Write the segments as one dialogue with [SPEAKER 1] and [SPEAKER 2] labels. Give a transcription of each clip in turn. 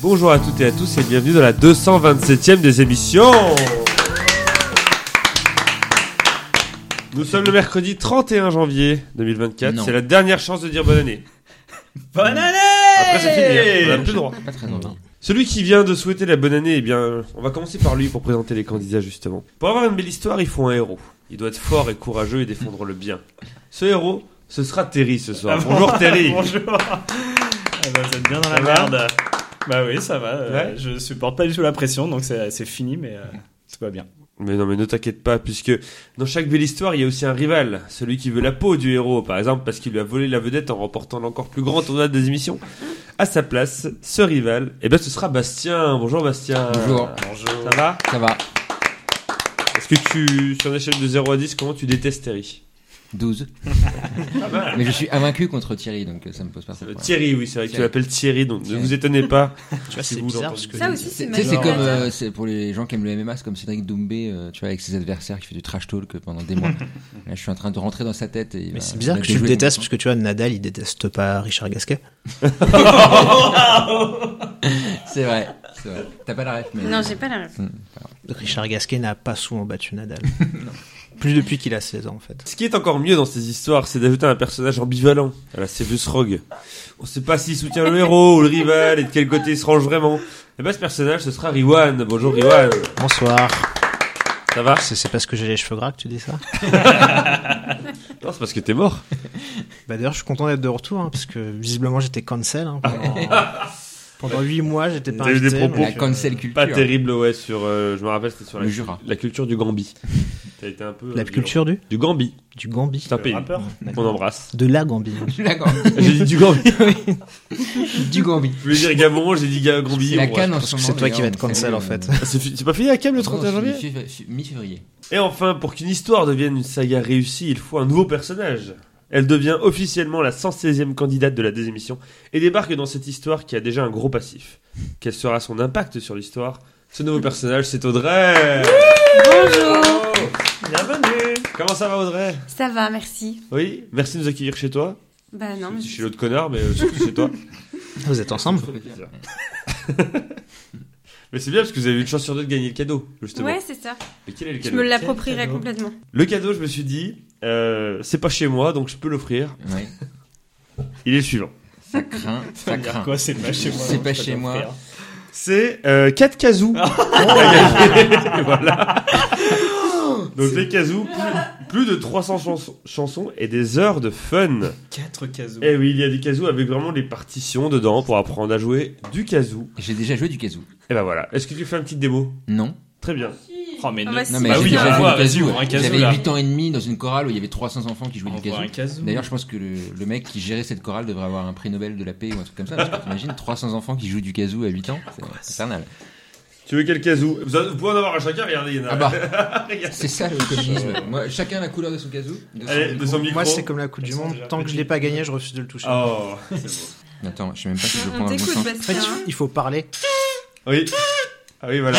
[SPEAKER 1] Bonjour à toutes et à tous et bienvenue dans la 227e des émissions. Nous sommes le mercredi 31 janvier 2024.
[SPEAKER 2] Non.
[SPEAKER 1] C'est la dernière chance de dire bonne année.
[SPEAKER 2] Bonne année
[SPEAKER 1] Après, c'est fini. hein. On n'a plus le droit.
[SPEAKER 2] Pas très longtemps.
[SPEAKER 1] Celui qui vient de souhaiter la bonne année, eh bien, on va commencer par lui pour présenter les candidats justement. Pour avoir une belle histoire, il faut un héros. Il doit être fort et courageux et défendre le bien. Ce héros, ce sera Terry ce
[SPEAKER 2] Ah
[SPEAKER 1] soir. Bonjour Terry.
[SPEAKER 3] Ah Bonjour. Ah bah, vous êtes bien dans la
[SPEAKER 1] Ça va
[SPEAKER 3] merde. Bah oui, ça va. euh,
[SPEAKER 1] Ouais.
[SPEAKER 3] Je supporte pas du tout la pression, donc c'est c'est fini, mais euh, c'est pas bien.
[SPEAKER 1] Mais non, mais ne t'inquiète pas, puisque dans chaque belle histoire, il y a aussi un rival, celui qui veut la peau du héros, par exemple, parce qu'il lui a volé la vedette en remportant l'encore plus grand tournoi des émissions. À sa place, ce rival, eh ben, ce sera Bastien. Bonjour Bastien.
[SPEAKER 2] Bonjour.
[SPEAKER 3] Bonjour.
[SPEAKER 1] Ça va
[SPEAKER 2] Ça va.
[SPEAKER 1] Est-ce que tu, sur une échelle de 0 à 10, comment tu détestes Terry
[SPEAKER 2] 12. Mais je suis invaincu contre Thierry, donc euh, ça me pose pas de problème.
[SPEAKER 1] Thierry, oui, c'est vrai que tu
[SPEAKER 2] Thierry.
[SPEAKER 1] l'appelles Thierry, donc ne
[SPEAKER 2] Thierry.
[SPEAKER 1] vous étonnez pas.
[SPEAKER 4] Tu vois,
[SPEAKER 1] Si
[SPEAKER 4] c'est
[SPEAKER 1] vous
[SPEAKER 4] bizarre
[SPEAKER 1] l'entendez.
[SPEAKER 4] parce que
[SPEAKER 5] Ça aussi,
[SPEAKER 2] C'est
[SPEAKER 5] c'est
[SPEAKER 2] tu sais, c'est
[SPEAKER 5] magique.
[SPEAKER 2] comme euh, c'est pour les gens qui aiment le MMA, c'est comme Cédric Doumbé, euh, tu vois, avec ses adversaires qui fait du trash talk pendant des mois. Là, je suis en train de rentrer dans sa tête. Et il va-
[SPEAKER 4] Mais c'est bizarre
[SPEAKER 2] il va
[SPEAKER 4] que tu le
[SPEAKER 2] déjouer.
[SPEAKER 4] détestes parce que tu vois, Nadal il déteste pas Richard Gasquet.
[SPEAKER 2] C'est vrai. c'est vrai. T'as pas la ref, mais.
[SPEAKER 5] Non, j'ai pas la réponse.
[SPEAKER 4] Richard Gasquet n'a pas souvent battu Nadal. Plus depuis qu'il a 16 ans en fait.
[SPEAKER 1] Ce qui est encore mieux dans ces histoires, c'est d'ajouter un personnage ambivalent à la Severus Rogue. On sait pas s'il soutient le héros ou le rival et de quel côté il se range vraiment. Et ben, ce personnage, ce sera Riwan. Bonjour Riwan.
[SPEAKER 4] Bonsoir.
[SPEAKER 1] Ça va
[SPEAKER 4] C'est c'est parce que j'ai les cheveux gras que tu dis ça
[SPEAKER 1] Non, c'est parce que t'es mort.
[SPEAKER 4] Bah d'ailleurs, je suis content d'être de retour hein, parce que visiblement j'étais cancel hein, pendant, pendant 8 mois, j'étais pas
[SPEAKER 1] T'as eu des
[SPEAKER 4] invité,
[SPEAKER 1] propos
[SPEAKER 4] mais,
[SPEAKER 2] La
[SPEAKER 4] euh,
[SPEAKER 2] cancel culture.
[SPEAKER 1] Pas terrible, ouais, sur. euh, je me rappelle, c'était sur la,
[SPEAKER 2] Le Jura.
[SPEAKER 1] la culture du Gambie. T'as été un peu. euh,
[SPEAKER 4] La culture du
[SPEAKER 1] violent. Du Gambie.
[SPEAKER 4] du Gambie.
[SPEAKER 1] C'est un pays.
[SPEAKER 3] rappeur.
[SPEAKER 1] On embrasse.
[SPEAKER 4] De la Gambie.
[SPEAKER 2] D'accord.
[SPEAKER 1] j'ai dit du Gambie.
[SPEAKER 2] du Gambie.
[SPEAKER 1] Je voulais dire Gabon, j'ai dit Ga- Gambie.
[SPEAKER 2] C'est la
[SPEAKER 1] bon,
[SPEAKER 2] canne
[SPEAKER 1] ouais.
[SPEAKER 2] en
[SPEAKER 4] Parce
[SPEAKER 2] ce
[SPEAKER 4] que
[SPEAKER 2] moment.
[SPEAKER 4] c'est toi
[SPEAKER 2] d'ailleurs,
[SPEAKER 4] qui vas
[SPEAKER 2] on
[SPEAKER 4] être cancel,
[SPEAKER 2] salue,
[SPEAKER 4] en fait.
[SPEAKER 2] euh,
[SPEAKER 1] Ah, C'est fi- c'est pas fini la cam le
[SPEAKER 2] non,
[SPEAKER 1] 31 janvier
[SPEAKER 2] mi- fi- Mi-février.
[SPEAKER 1] Et enfin, pour qu'une histoire devienne une saga réussie, il faut un nouveau personnage. Elle devient officiellement la 116e candidate de la désémission et débarque dans cette histoire qui a déjà un gros passif. Quel sera son impact sur l'histoire Ce nouveau personnage, c'est Audrey
[SPEAKER 5] Bonjour.
[SPEAKER 3] Bienvenue.
[SPEAKER 1] Comment ça va Audrey
[SPEAKER 5] Ça va, merci.
[SPEAKER 1] Oui, merci de nous accueillir chez toi.
[SPEAKER 5] Bah non, mais
[SPEAKER 1] Je suis l'autre connard, mais euh, surtout chez toi.
[SPEAKER 4] Vous êtes ensemble
[SPEAKER 1] Mais c'est bien parce que vous avez une chance sur deux de gagner le cadeau, justement.
[SPEAKER 5] Ouais, c'est ça.
[SPEAKER 1] Mais quel est le
[SPEAKER 5] Je
[SPEAKER 1] cadeau
[SPEAKER 5] me l'approprierai
[SPEAKER 4] Cadeau.
[SPEAKER 5] complètement.
[SPEAKER 1] Le cadeau, je me suis dit, euh, c'est pas chez moi, donc je peux l'offrir.
[SPEAKER 2] Ouais.
[SPEAKER 1] Il est le suivant.
[SPEAKER 2] Ça craint. Ça
[SPEAKER 3] Dire
[SPEAKER 2] craint.
[SPEAKER 3] quoi C'est pas chez moi.
[SPEAKER 2] C'est
[SPEAKER 3] non,
[SPEAKER 2] pas
[SPEAKER 3] je peux
[SPEAKER 2] chez moi.
[SPEAKER 3] t'offrir.
[SPEAKER 1] C'est euh, 4 kazoo. Et voilà. Donc les kazoo, plus, plus de 300 chans- chansons et des heures de fun.
[SPEAKER 3] Quatre casous.
[SPEAKER 1] Eh oui, il y a des kazoo avec vraiment des partitions dedans pour apprendre à jouer du kazoo.
[SPEAKER 2] J'ai déjà joué du kazoo.
[SPEAKER 1] Et ben voilà. Est-ce que tu fais une petite démo
[SPEAKER 2] Non.
[SPEAKER 1] Très bien.
[SPEAKER 3] Oh mais
[SPEAKER 5] Ah
[SPEAKER 3] non.
[SPEAKER 5] bah si.
[SPEAKER 2] Non, mais
[SPEAKER 3] Bah
[SPEAKER 2] j'ai
[SPEAKER 3] oui,
[SPEAKER 2] déjà
[SPEAKER 3] on
[SPEAKER 2] joué
[SPEAKER 3] voit,
[SPEAKER 2] du
[SPEAKER 3] vas-y,
[SPEAKER 2] kazoo.
[SPEAKER 3] on voit un kazoo,
[SPEAKER 2] J'avais
[SPEAKER 3] là.
[SPEAKER 2] 8 ans et demi dans une chorale où il y avait 300 enfants qui jouaient
[SPEAKER 3] On
[SPEAKER 2] du
[SPEAKER 3] voit
[SPEAKER 2] kazoo.
[SPEAKER 3] un casou.
[SPEAKER 2] D'ailleurs, je pense que le, le mec qui gérait cette chorale devrait avoir un prix Nobel de la paix ou un truc comme ça. Parce que t'imagines 300 enfants qui jouent du kazoo à 8 ans, c'est infernal.
[SPEAKER 1] Tu veux quel kazoo vous, en- vous pouvez en avoir à chacun, regardez, il y en a.
[SPEAKER 2] Ah bah,
[SPEAKER 1] Regarde.
[SPEAKER 2] c'est ça le communisme. Moi, chacun la couleur de son kazoo. de son
[SPEAKER 1] Allez, de
[SPEAKER 2] micro.
[SPEAKER 1] son micro.
[SPEAKER 4] Moi, c'est comme la Coupe
[SPEAKER 3] Elles
[SPEAKER 4] du
[SPEAKER 3] sont
[SPEAKER 4] Monde.
[SPEAKER 3] déjà
[SPEAKER 4] Tant que je l'ai pas gagné, je refuse de le toucher.
[SPEAKER 1] Oh, c'est beau.
[SPEAKER 2] Attends, je sais même pas si je
[SPEAKER 5] On
[SPEAKER 2] prends un bon
[SPEAKER 5] t'écoute,
[SPEAKER 2] sens.
[SPEAKER 4] En fait,
[SPEAKER 5] Bastien.
[SPEAKER 4] il faut- il faut parler.
[SPEAKER 1] Oui. Ah oui, voilà.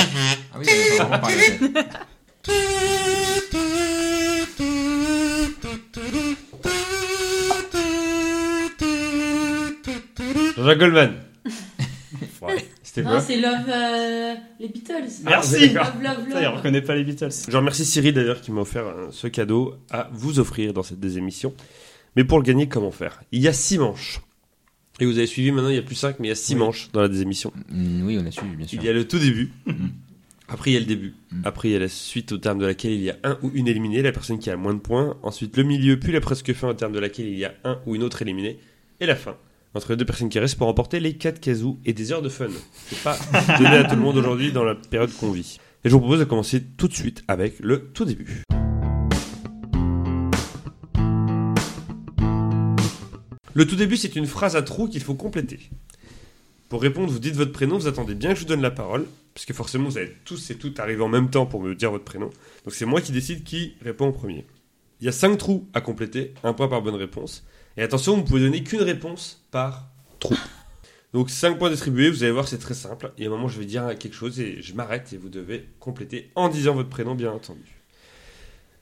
[SPEAKER 2] Ah oui, j'avais pas vraiment parlé, en fait.
[SPEAKER 1] Jean-Jacques Goldman. Ouais, C'était
[SPEAKER 6] Non,
[SPEAKER 1] quoi
[SPEAKER 6] Ah, c'est Love euh, les Beatles.
[SPEAKER 1] Merci.
[SPEAKER 6] Love, love,
[SPEAKER 3] Ça y est, on
[SPEAKER 6] love.
[SPEAKER 3] reconnaît pas les Beatles.
[SPEAKER 1] Je remercie Cyril d'ailleurs qui m'a offert euh, ce cadeau à vous offrir dans cette des émissions. Mais pour le gagner, comment faire Il y a six manches. Et vous avez suivi maintenant, il n'y a plus cinq, mais il y a six manches dans la désémission.
[SPEAKER 2] Mm, Oui, on a suivi, bien sûr. Mm.
[SPEAKER 1] Il y a le tout début. Après, il y a le début. Après, il y a la suite au terme de laquelle il y a un ou une éliminée, la personne qui a le moins de points. Ensuite, le milieu, puis la presque fin au terme de laquelle il y a un ou une autre éliminée. Et la fin. Entre les deux personnes qui restent pour remporter les 4 kazoo et des heures de fun. C'est pas donné à tout le monde aujourd'hui dans la période qu'on vit. Et je vous propose de commencer tout de suite avec le tout début. Le tout début, c'est une phrase à trous qu'il faut compléter. Pour répondre, vous dites votre prénom, vous attendez bien que je vous donne la parole, parce que forcément vous allez tous et toutes arriver en même temps pour me dire votre prénom. Donc c'est moi qui décide qui répond en premier. Il y a 5 trous à compléter, un point par bonne réponse. Et attention, vous ne pouvez donner qu'une réponse par trou. Donc 5 points distribués, vous allez voir, c'est très simple. Et à un moment, je vais dire quelque chose et je m'arrête et vous devez compléter en disant votre prénom, bien entendu.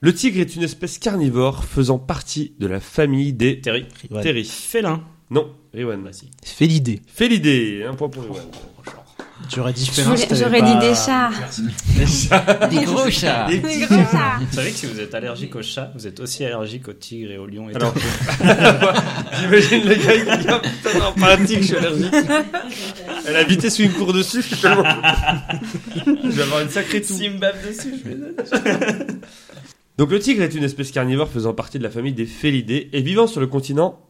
[SPEAKER 1] Le tigre est une espèce carnivore faisant partie de la famille des
[SPEAKER 3] Terry.
[SPEAKER 1] Terry. hein.
[SPEAKER 3] Félin.
[SPEAKER 1] Non, Riwan.
[SPEAKER 4] Fais l'idée.
[SPEAKER 1] Félidé, un point pour Riwan.
[SPEAKER 4] J'aurais dit
[SPEAKER 5] Je
[SPEAKER 4] Félin,
[SPEAKER 5] voulais-
[SPEAKER 4] si t'avais
[SPEAKER 5] J'aurais
[SPEAKER 4] pas-
[SPEAKER 5] dit des chats.
[SPEAKER 2] Des gros chats.
[SPEAKER 1] Des
[SPEAKER 5] Des
[SPEAKER 1] petits-
[SPEAKER 5] gros chats.
[SPEAKER 3] Vous savez que si vous êtes allergique aux chats, vous êtes aussi allergique aux tigres et aux lions. Et
[SPEAKER 1] Alors,
[SPEAKER 3] tout.
[SPEAKER 1] j'imagine le gars qui dit Ah, putain, non, pas un tigre, je suis allergique. Elle habitait sous une cour de sucre, je suis tellement- Je vais avoir une sacrée toux.
[SPEAKER 3] S'il me bave dessus, je vais.
[SPEAKER 1] Donc le tigre est une espèce carnivore faisant partie de la famille des félidés et vivant sur le continent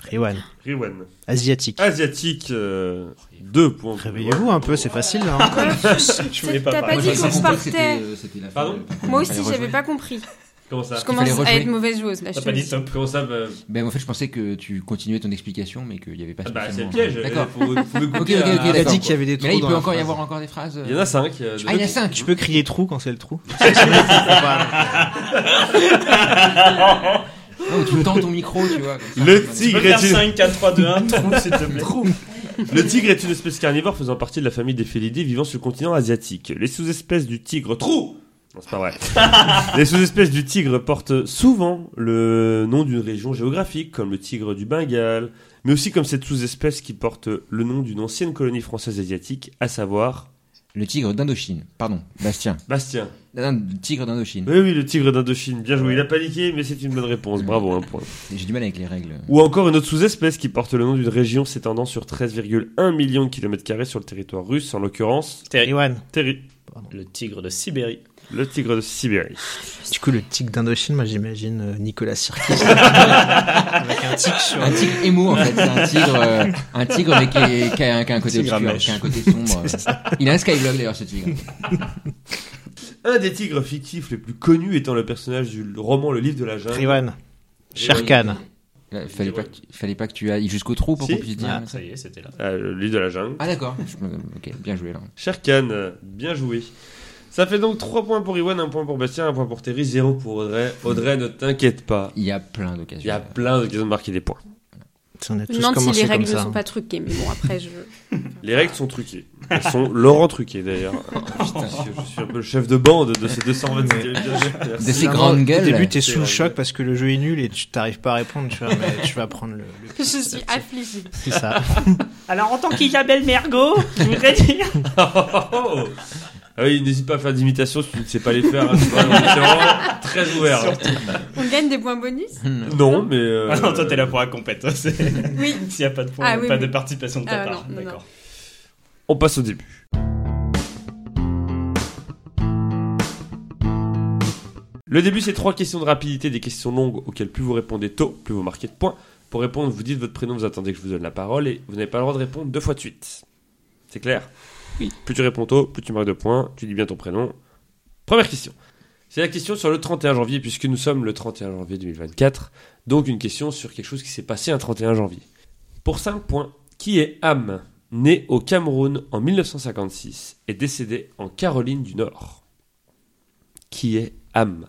[SPEAKER 4] Riwan,
[SPEAKER 1] Riwen.
[SPEAKER 4] asiatique.
[SPEAKER 1] Asiatique, euh, deux points.
[SPEAKER 4] Réveillez-vous un peu, c'est facile là. hein.
[SPEAKER 3] Je voulais
[SPEAKER 5] T'as
[SPEAKER 3] pas
[SPEAKER 5] pas
[SPEAKER 3] parler.
[SPEAKER 5] dit
[SPEAKER 2] Moi, j'ai
[SPEAKER 5] qu'on se
[SPEAKER 2] compris que c'était,
[SPEAKER 5] partait.
[SPEAKER 2] euh, c'était la
[SPEAKER 1] Pardon
[SPEAKER 2] fin.
[SPEAKER 5] Moi
[SPEAKER 2] Il fallait
[SPEAKER 5] aussi, j'avais
[SPEAKER 2] rejouer.
[SPEAKER 5] pas compris.
[SPEAKER 1] Comment ça
[SPEAKER 5] Je commence à
[SPEAKER 2] rejouer.
[SPEAKER 5] être mauvaise joueuse là. Je
[SPEAKER 3] T'as
[SPEAKER 5] te
[SPEAKER 3] pas
[SPEAKER 5] le
[SPEAKER 3] dit
[SPEAKER 5] dis.
[SPEAKER 3] stop.
[SPEAKER 1] Comment ça bah,
[SPEAKER 2] Ben, en fait, je pensais que tu continuais ton explication, mais qu'il n'y avait pas.
[SPEAKER 1] ah, bah, c'est le
[SPEAKER 2] spécialement-
[SPEAKER 1] piège.
[SPEAKER 2] D'accord.
[SPEAKER 1] Faut, faut me
[SPEAKER 2] Ok, ok,
[SPEAKER 1] couper euh, à-
[SPEAKER 2] ok.
[SPEAKER 4] Il a
[SPEAKER 2] d'accord.
[SPEAKER 4] dit qu'il y avait des
[SPEAKER 2] Mais
[SPEAKER 4] trous.
[SPEAKER 2] là, il
[SPEAKER 4] dans
[SPEAKER 2] peut
[SPEAKER 4] la
[SPEAKER 2] encore y
[SPEAKER 4] phrase.
[SPEAKER 2] avoir encore des phrases. euh,
[SPEAKER 1] Il y en a cinq. euh, de-
[SPEAKER 2] Ah, il y en a 5
[SPEAKER 4] Tu peux crier trou quand c'est le trou.
[SPEAKER 2] Oh, Tu tends ton micro, tu vois. comme ça.
[SPEAKER 1] Le
[SPEAKER 2] Voilà.
[SPEAKER 1] tigre.
[SPEAKER 3] Tu peux faire 5, 4, 3, 2, 1, trou, s'il te plaît.
[SPEAKER 1] Le tigre est une espèce carnivore faisant partie de la famille des félidés vivant sur le continent asiatique. Les sous-espèces du tigre trou Non, c'est pas vrai. Les sous-espèces du tigre portent souvent le nom d'une région géographique, comme le tigre du Bengale, mais aussi comme cette sous-espèce qui porte le nom d'une ancienne colonie française asiatique, à savoir
[SPEAKER 2] Le tigre d'Indochine. Pardon, Bastien.
[SPEAKER 1] Bastien. Eh
[SPEAKER 2] Non, non, le tigre d'Indochine.
[SPEAKER 1] Oui, oui, le tigre d'Indochine. Bien joué. Il a paniqué, mais c'est une bonne réponse. Bravo, un point.
[SPEAKER 2] J'ai du mal avec les règles.
[SPEAKER 1] Ou encore une autre sous-espèce qui porte le nom d'une région s'étendant sur 13,1 millions de kilomètres carrés sur le territoire russe, en l'occurrence,
[SPEAKER 3] Terry,
[SPEAKER 4] Riwan.
[SPEAKER 1] Terry.
[SPEAKER 3] le tigre de Sibérie.
[SPEAKER 1] Le tigre de Sibérie.
[SPEAKER 4] Du coup, le tic d'Indochine, moi j'imagine euh, Nicolas Sirkis. Avec un tic sur.
[SPEAKER 2] Un tigre émo en fait, c'est un tigre, euh, un tigre mais qui, est- qui a, un- qui a un côté
[SPEAKER 3] Tigre à
[SPEAKER 2] obscur,
[SPEAKER 3] mèche.
[SPEAKER 2] qui a un côté sombre. Il a un skyblog d'ailleurs ce tigre.
[SPEAKER 1] Un des tigres fictifs les plus connus étant le personnage du roman Le Livre de la Jungle.
[SPEAKER 4] Riwan. Sherkan.
[SPEAKER 2] Là, fallait, pas que tu, fallait pas que tu ailles jusqu'au trou pour
[SPEAKER 1] Si.
[SPEAKER 2] qu'on puisse dire.
[SPEAKER 3] Ah, ça y est, c'était là.
[SPEAKER 1] Ah, le Livre de la Jungle.
[SPEAKER 2] Ah d'accord, Je me- ok, bien joué là.
[SPEAKER 1] Cher Khan, euh, bien joué. Ça fait donc 3 points pour Iwan, 1 point pour Bastien, 1 point pour Terry, 0 pour Audrey. Audrey, ne t'inquiète pas.
[SPEAKER 2] Il y a plein
[SPEAKER 1] Il y
[SPEAKER 2] d'occasions.
[SPEAKER 1] a plein d'occasions de marquer des points.
[SPEAKER 4] Si On a
[SPEAKER 5] Je
[SPEAKER 4] tous
[SPEAKER 5] me demande si
[SPEAKER 4] commencé
[SPEAKER 5] les
[SPEAKER 4] comme
[SPEAKER 5] règles ne
[SPEAKER 4] ça. hein.
[SPEAKER 5] sont pas truquées, mais bon, après, je.
[SPEAKER 1] Les règles sont truquées. Elles sont Laurent truquées d'ailleurs.
[SPEAKER 2] Putain.
[SPEAKER 1] Oh, Je suis un peu le chef de bande de ces 226
[SPEAKER 2] De ces
[SPEAKER 4] Non,
[SPEAKER 2] grandes
[SPEAKER 4] Au
[SPEAKER 2] gueules.
[SPEAKER 4] début, t'es
[SPEAKER 1] C'est
[SPEAKER 4] sous le
[SPEAKER 1] vrai.
[SPEAKER 4] choc parce que le jeu est nul et tu t'arrives pas à répondre, tu vois, mais tu vas prendre le. le-
[SPEAKER 5] Je suis affligée.
[SPEAKER 4] C'est ça.
[SPEAKER 7] Alors, en tant qu'Isabelle Mergot, je voudrais dire.
[SPEAKER 1] Ah oui, n'hésite pas à faire d'imitations si tu ne sais pas les faire. hein. C'est vraiment très ouvert. hein.
[SPEAKER 5] On gagne des points bonus
[SPEAKER 1] Non, mais. euh,
[SPEAKER 3] Ah non, toi, t'es là pour la compète. hein, c'est-
[SPEAKER 5] Oui.
[SPEAKER 3] S'il n'y a pas de point,
[SPEAKER 5] Ah, oui,
[SPEAKER 3] pas
[SPEAKER 5] oui.
[SPEAKER 3] de participation de ta
[SPEAKER 5] Ah,
[SPEAKER 3] part.
[SPEAKER 5] non, non,
[SPEAKER 3] D'accord.
[SPEAKER 1] On passe au début. Le début, c'est trois questions de rapidité, des questions longues auxquelles plus vous répondez tôt, plus vous marquez de points. Pour répondre, vous dites votre prénom, vous attendez que je vous donne la parole et vous n'avez pas le droit de répondre deux fois de suite. C'est clair Oui. Plus tu réponds tôt, plus tu marques de points, tu dis bien ton prénom. Première question. C'est la question sur le 31 janvier, puisque nous sommes le 31 janvier 2024. Donc une question sur quelque chose qui s'est passé un 31 janvier. Pour 5 points, qui est Ham né au Cameroun en 1956 et décédé en Caroline du Nord. Qui est Ham,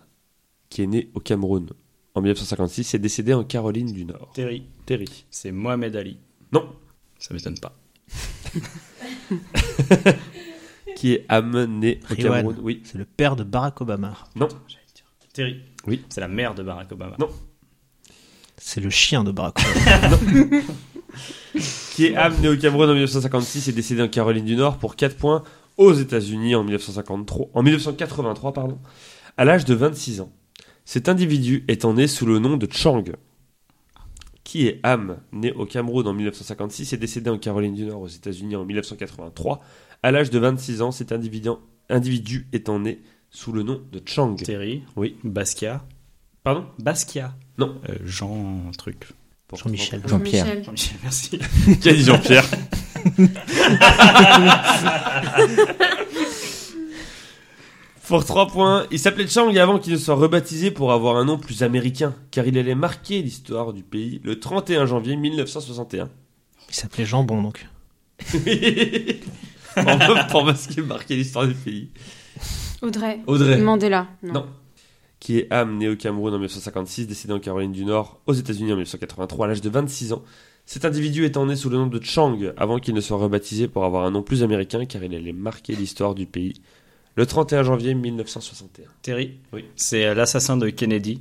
[SPEAKER 1] qui est né au Cameroun en 1956 et décédé en Caroline du Nord.
[SPEAKER 3] Terry,
[SPEAKER 1] Terry.
[SPEAKER 3] c'est Mohamed Ali.
[SPEAKER 1] Non.
[SPEAKER 3] Ça m'étonne pas.
[SPEAKER 1] Qui est Ham, né au
[SPEAKER 4] Riwan.
[SPEAKER 1] Cameroun Oui.
[SPEAKER 4] C'est le père de Barack Obama.
[SPEAKER 3] Terry.
[SPEAKER 1] Oui.
[SPEAKER 3] C'est la mère de Barack Obama.
[SPEAKER 1] Non.
[SPEAKER 4] C'est le chien de Barack Obama.
[SPEAKER 1] Qui est Ham, né au Cameroun en 1956 et décédé en Caroline du Nord pour 4 points aux États-Unis en, 1953, en 1983, pardon, à l'âge de 26 ans. Cet individu étant né sous le nom de Chang. Qui est Ham, né au Cameroun en 1956 et décédé en Caroline du Nord aux États-Unis en 1983, à l'âge de 26 ans, cet individu, individu étant né sous le nom de Chang.
[SPEAKER 3] Terry.
[SPEAKER 1] Oui.
[SPEAKER 3] Basquiat.
[SPEAKER 1] Pardon
[SPEAKER 3] Basquiat.
[SPEAKER 1] Non.
[SPEAKER 3] Euh, Jean truc.
[SPEAKER 1] Pour-
[SPEAKER 4] Jean-Michel.
[SPEAKER 2] Jean-Pierre.
[SPEAKER 5] Michel.
[SPEAKER 3] Jean-Michel, merci.
[SPEAKER 1] Qui a dit Jean-Pierre Pour 3 points, il s'appelait Chang avant qu'il ne soit rebaptisé pour avoir un nom plus américain, car il allait marquer l'histoire du pays le 31 janvier 1961.
[SPEAKER 4] Il s'appelait Jambon donc.
[SPEAKER 1] En bref, pour masquer marquer l'histoire du pays.
[SPEAKER 5] Audrey.
[SPEAKER 1] Audrey,
[SPEAKER 5] Mandela.
[SPEAKER 1] Non. qui est âme né au Cameroun en 1956, décédé en Caroline du Nord, aux États-Unis en 1983, à l'âge de 26 ans. Cet individu étant né sous le nom de Chang avant qu'il ne soit rebaptisé pour avoir un nom plus américain, car il allait marquer l'histoire du pays le 31 janvier 1961.
[SPEAKER 3] Terry,
[SPEAKER 1] Oui.
[SPEAKER 3] c'est euh, l'assassin de Kennedy.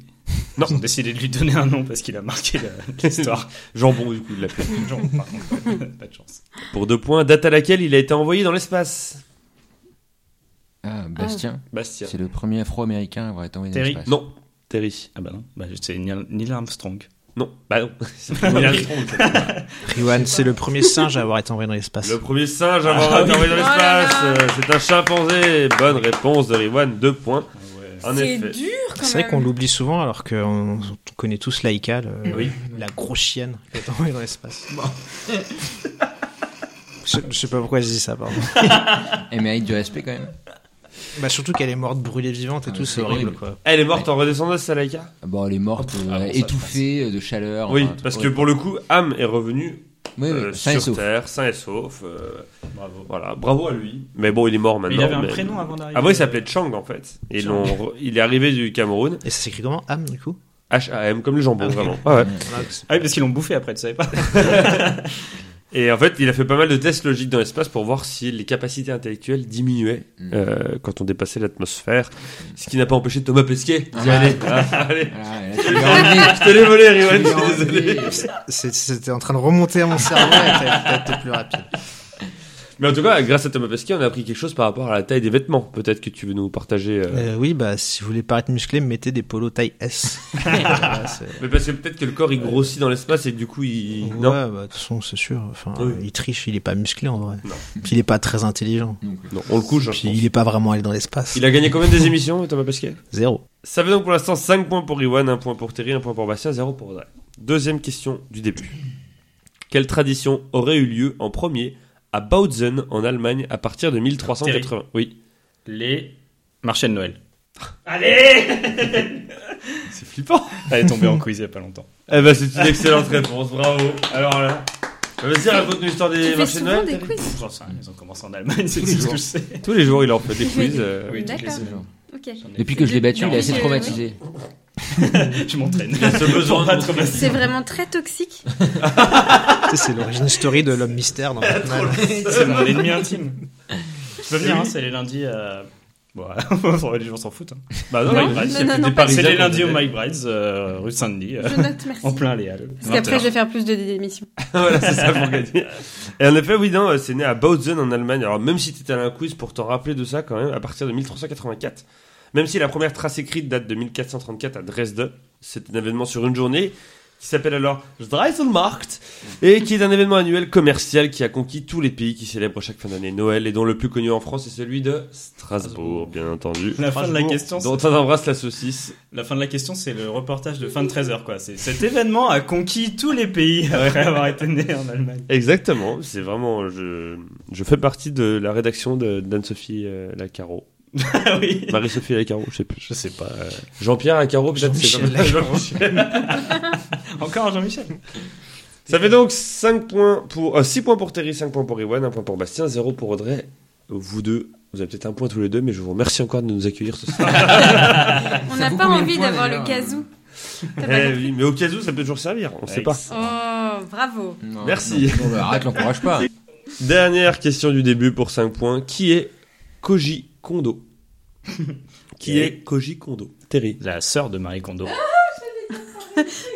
[SPEAKER 1] Non.
[SPEAKER 3] Ils ont décidé de lui donner un nom parce qu'il a marqué la- l'histoire.
[SPEAKER 1] Jambon, du coup, de la
[SPEAKER 3] Genre, par contre, pas de chance.
[SPEAKER 1] Pour deux points, date à laquelle il a été envoyé dans l'espace
[SPEAKER 2] Ah, Bastien,
[SPEAKER 1] Bastien.
[SPEAKER 2] c'est le premier afro-américain à avoir été envoyé dans
[SPEAKER 3] Terry.
[SPEAKER 2] l'espace.
[SPEAKER 1] Non. Terry.
[SPEAKER 3] Ah bah non, bah, c'est Neil Neil Armstrong.
[SPEAKER 1] Non. Bah non. C'est le premier Armstrong, ça.
[SPEAKER 4] Riwan, c'est le premier singe à avoir été envoyé dans l'espace.
[SPEAKER 1] Le premier singe à avoir été envoyé dans
[SPEAKER 5] Oh là
[SPEAKER 1] l'espace.
[SPEAKER 5] là.
[SPEAKER 1] euh, C'est un chimpanzé. Bonne réponse de Riwan, deux points. En
[SPEAKER 5] C'est
[SPEAKER 1] effet.
[SPEAKER 5] dur quand même.
[SPEAKER 4] C'est vrai qu'on l'oublie souvent alors qu'on on connaît tous Laïka, le-
[SPEAKER 1] Oui.
[SPEAKER 4] la grosse chienne qui est envoyée dans l'espace. Je, je sais pas pourquoi je dis ça, pardon.
[SPEAKER 2] Elle mérite du respect quand même.
[SPEAKER 4] Bah, surtout qu'elle est morte brûlée vivante et
[SPEAKER 2] Ah,
[SPEAKER 4] tout,
[SPEAKER 2] c'est
[SPEAKER 4] c'est horrible
[SPEAKER 2] horrible.
[SPEAKER 4] quoi.
[SPEAKER 1] Elle est morte en redescendance, Salaika
[SPEAKER 2] Bon, elle est morte, euh,
[SPEAKER 3] Ah bon, ça,
[SPEAKER 2] étouffée euh, de chaleur.
[SPEAKER 1] Oui,
[SPEAKER 2] enfin, un truc
[SPEAKER 1] parce que
[SPEAKER 2] horrible.
[SPEAKER 1] pour le coup, Ham est revenu
[SPEAKER 2] Oui, oui,
[SPEAKER 1] euh,
[SPEAKER 2] sain et
[SPEAKER 1] sur
[SPEAKER 2] sauf.
[SPEAKER 1] Terre, sain et sauf. euh,
[SPEAKER 3] Bravo.
[SPEAKER 1] voilà, bravo à lui. Mais bon, il est mort
[SPEAKER 3] Mais
[SPEAKER 1] maintenant.
[SPEAKER 3] il avait un
[SPEAKER 1] mais-
[SPEAKER 3] prénom hein. avant d'arriver.
[SPEAKER 1] Ah moi, il s'appelait Chang en fait. Et ils l'ont re- il est arrivé du Cameroun.
[SPEAKER 4] Et ça s'écrit comment Ham du coup
[SPEAKER 1] H-A-M, comme le jambon,
[SPEAKER 3] Ah oui.
[SPEAKER 1] vraiment. Ah ouais.
[SPEAKER 3] Ah oui, parce qu'ils l'ont bouffé après, tu savais pas
[SPEAKER 1] Et en fait, il a fait pas mal de tests logiques dans l'espace pour voir si les capacités intellectuelles diminuaient
[SPEAKER 2] Mm.
[SPEAKER 1] euh, quand on dépassait l'atmosphère. Ce qui n'a pas empêché Thomas Pesquet d'y
[SPEAKER 2] Ah.
[SPEAKER 1] aller. Ah, allez.
[SPEAKER 2] Voilà, elle a- tu l'as
[SPEAKER 1] Je te l'ai volé, Riwan,
[SPEAKER 2] enlevé,
[SPEAKER 1] je suis
[SPEAKER 2] tu l'as
[SPEAKER 1] désolé.
[SPEAKER 2] enlevé.
[SPEAKER 4] C'est- C'était en train de remonter à mon cerveau et t'as- t'as été plus rapide.
[SPEAKER 1] Mais en tout cas, grâce à Thomas Pesquet, on a appris quelque chose par rapport à la taille des vêtements. Peut-être que tu veux nous partager. euh,
[SPEAKER 4] Euh, oui, bah si vous voulez paraître musclé, mettez des polos taille S. Voilà, bah, c'est-
[SPEAKER 1] Mais parce que peut-être que le corps il grossit dans l'espace et que du coup il.
[SPEAKER 4] Ouais,
[SPEAKER 1] Non.
[SPEAKER 4] bah, de toute façon, c'est sûr. Enfin,
[SPEAKER 1] Oui.
[SPEAKER 4] euh, il triche, il est pas musclé en vrai.
[SPEAKER 1] Non.
[SPEAKER 4] Puis il est pas très intelligent.
[SPEAKER 1] Non, on le couche. hein, je
[SPEAKER 4] Puis
[SPEAKER 1] pense.
[SPEAKER 4] il est pas vraiment allé dans l'espace.
[SPEAKER 1] Il a gagné combien des émissions, Thomas Pesquet
[SPEAKER 4] Zéro.
[SPEAKER 1] Ça fait donc pour l'instant 5 points pour Iwan, 1 point pour Terry, 1 point pour Bastien, 0 pour Audrey. Deuxième question du début. Quelle tradition aurait eu lieu en premier à Bautzen en Allemagne à partir de 1380 Oui.
[SPEAKER 3] Les marchés de Noël.
[SPEAKER 7] Allez
[SPEAKER 1] C'est flippant.
[SPEAKER 3] Elle est tombée en quiz il y a pas longtemps.
[SPEAKER 1] Eh ben c'est une excellente réponse, bravo. Alors là. Vas-y, raconte-nous l'histoire des
[SPEAKER 5] fais
[SPEAKER 1] marchés de
[SPEAKER 5] souvent
[SPEAKER 1] Noël.
[SPEAKER 5] des
[SPEAKER 1] Terry.
[SPEAKER 5] quiz.
[SPEAKER 3] J'en sais rien, ils ont commencé en Allemagne, c'est tout ce que je sais.
[SPEAKER 1] Tous les jours, il en fait des quiz. euh,
[SPEAKER 3] Oui, toutes les
[SPEAKER 5] D'accord.
[SPEAKER 3] semaines.
[SPEAKER 5] Ok.
[SPEAKER 2] Depuis que je l'ai battu, il est assez
[SPEAKER 5] Depuis que-
[SPEAKER 2] traumatisé.
[SPEAKER 3] Je m'entraîne.
[SPEAKER 1] Il a ce besoin de
[SPEAKER 3] Pas
[SPEAKER 1] montrer.
[SPEAKER 3] trop facile.
[SPEAKER 5] C'est vraiment très toxique.
[SPEAKER 4] Tu sais, c'est l'origine story de l'homme mystère
[SPEAKER 3] Ah,
[SPEAKER 4] dans Batman.
[SPEAKER 3] C'est mon ennemi intime. Je peux venir, hein, c'est les lundis. euh, Bon, les gens s'en foutent. hein.
[SPEAKER 1] Bah non,
[SPEAKER 5] Non,
[SPEAKER 1] il y a
[SPEAKER 5] non,
[SPEAKER 1] plus
[SPEAKER 5] non,
[SPEAKER 1] des
[SPEAKER 5] non,
[SPEAKER 1] Parisiens
[SPEAKER 3] C'est les
[SPEAKER 1] qu'on
[SPEAKER 3] lundis au
[SPEAKER 1] connaît.
[SPEAKER 3] Mike Brides, euh, rue Saint-Denis, euh,
[SPEAKER 5] Je note, merci.
[SPEAKER 3] en plein Léal.
[SPEAKER 5] Parce qu'après,
[SPEAKER 3] 20h.
[SPEAKER 5] je vais faire plus de démissions.
[SPEAKER 1] voilà, c'est ça pour gagner. Et en effet, oui, non, euh, c'est né à Bautzen en Allemagne. Alors, même si t'étais à un quiz pour t'en rappeler de ça, quand même, à partir de 1384. Même si la première trace écrite date de 1434 à Dresde, c'est un événement sur une journée qui s'appelle alors Dreiselmarkt et qui est un événement annuel commercial qui a conquis tous les pays qui célèbrent chaque fin d'année Noël et dont le plus connu en France est celui de Strasbourg, bien entendu.
[SPEAKER 3] La fin de la
[SPEAKER 1] Strasbourg,
[SPEAKER 3] question, c'est-
[SPEAKER 1] Dont on embrasse la saucisse.
[SPEAKER 3] La fin de la question, c'est le reportage de fin de 13h, quoi. C'est- Cet événement a conquis tous les pays après avoir été né en Allemagne.
[SPEAKER 1] Exactement, c'est vraiment. Je, je fais partie de la rédaction de- d'Anne-Sophie euh, Lacaro.
[SPEAKER 3] Ah oui.
[SPEAKER 1] Marie-Sophie Lacaro, je sais plus.
[SPEAKER 3] Je sais pas.
[SPEAKER 1] Jean-Pierre Lacaro, peut-être c'est
[SPEAKER 4] Jean-Michel
[SPEAKER 1] comme-
[SPEAKER 3] Encore Jean-Michel.
[SPEAKER 1] Ça fait donc 5 points pour, 6 points pour Terry, 5 points pour Iwan, 1 point pour Bastien, 0 pour Audrey. Vous deux, vous avez peut-être un point tous les deux, mais je vous remercie encore de nous accueillir ce soir.
[SPEAKER 5] On
[SPEAKER 2] Ah, Ça
[SPEAKER 5] n'a
[SPEAKER 2] vaut
[SPEAKER 5] pas
[SPEAKER 2] combien de
[SPEAKER 5] envie
[SPEAKER 2] points, Euh,
[SPEAKER 5] d'avoir
[SPEAKER 2] déjà
[SPEAKER 5] le casou. T'as pas
[SPEAKER 1] Eh oui, mais au cas où, ça peut toujours servir, on sait pas.
[SPEAKER 5] Oh, bravo.
[SPEAKER 2] Non,
[SPEAKER 1] Merci.
[SPEAKER 2] non, non, bah, arrête, l'encourage pas.
[SPEAKER 1] Dernière question du début pour 5 points. Qui est Koji Kondo Qui est Koji Kondo Terry.
[SPEAKER 3] La sœur de Marie Kondo.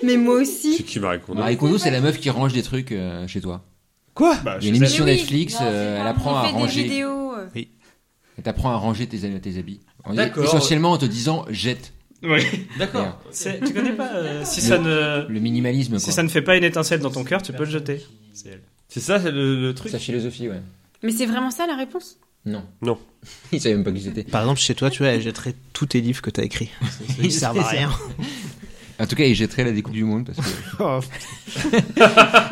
[SPEAKER 5] Mais moi
[SPEAKER 1] C'est
[SPEAKER 5] aussi.
[SPEAKER 1] qui Marie Kondo
[SPEAKER 2] Marie Kondo, c'est la meuf qui range des trucs euh, chez toi.
[SPEAKER 1] Quoi
[SPEAKER 3] Bah,
[SPEAKER 2] Il y a une
[SPEAKER 3] sais-
[SPEAKER 2] émission
[SPEAKER 5] Mais oui.
[SPEAKER 2] Netflix,
[SPEAKER 6] Non,
[SPEAKER 2] euh,
[SPEAKER 6] c'est
[SPEAKER 2] elle
[SPEAKER 6] pas-
[SPEAKER 2] apprend à
[SPEAKER 5] On fait des
[SPEAKER 2] ranger.
[SPEAKER 5] vidéos. euh,
[SPEAKER 2] Elle t'apprend à ranger tes, tes habits. En-
[SPEAKER 1] D'accord.
[SPEAKER 2] Essentiellement en te disant jette.
[SPEAKER 3] Oui.
[SPEAKER 1] D'accord.
[SPEAKER 3] C'est- Tu connais pas euh, si ça ne
[SPEAKER 2] Le minimalisme, quoi.
[SPEAKER 3] si ça ne fait pas une étincelle dans ton cœur, tu peux le jeter. C'est elle.
[SPEAKER 1] C'est ça c'est le, le truc
[SPEAKER 2] Sa philosophie, ouais.
[SPEAKER 5] Mais c'est vraiment ça la réponse
[SPEAKER 2] Non.
[SPEAKER 1] Non.
[SPEAKER 2] Il savait même pas qui c'était.
[SPEAKER 4] Par exemple, chez toi, tu vois, elle jetterait tous tes livres que t'as écrits. Ils servent à rien.
[SPEAKER 2] En tout cas, il jetterait la découpe du monde parce que
[SPEAKER 4] Oh,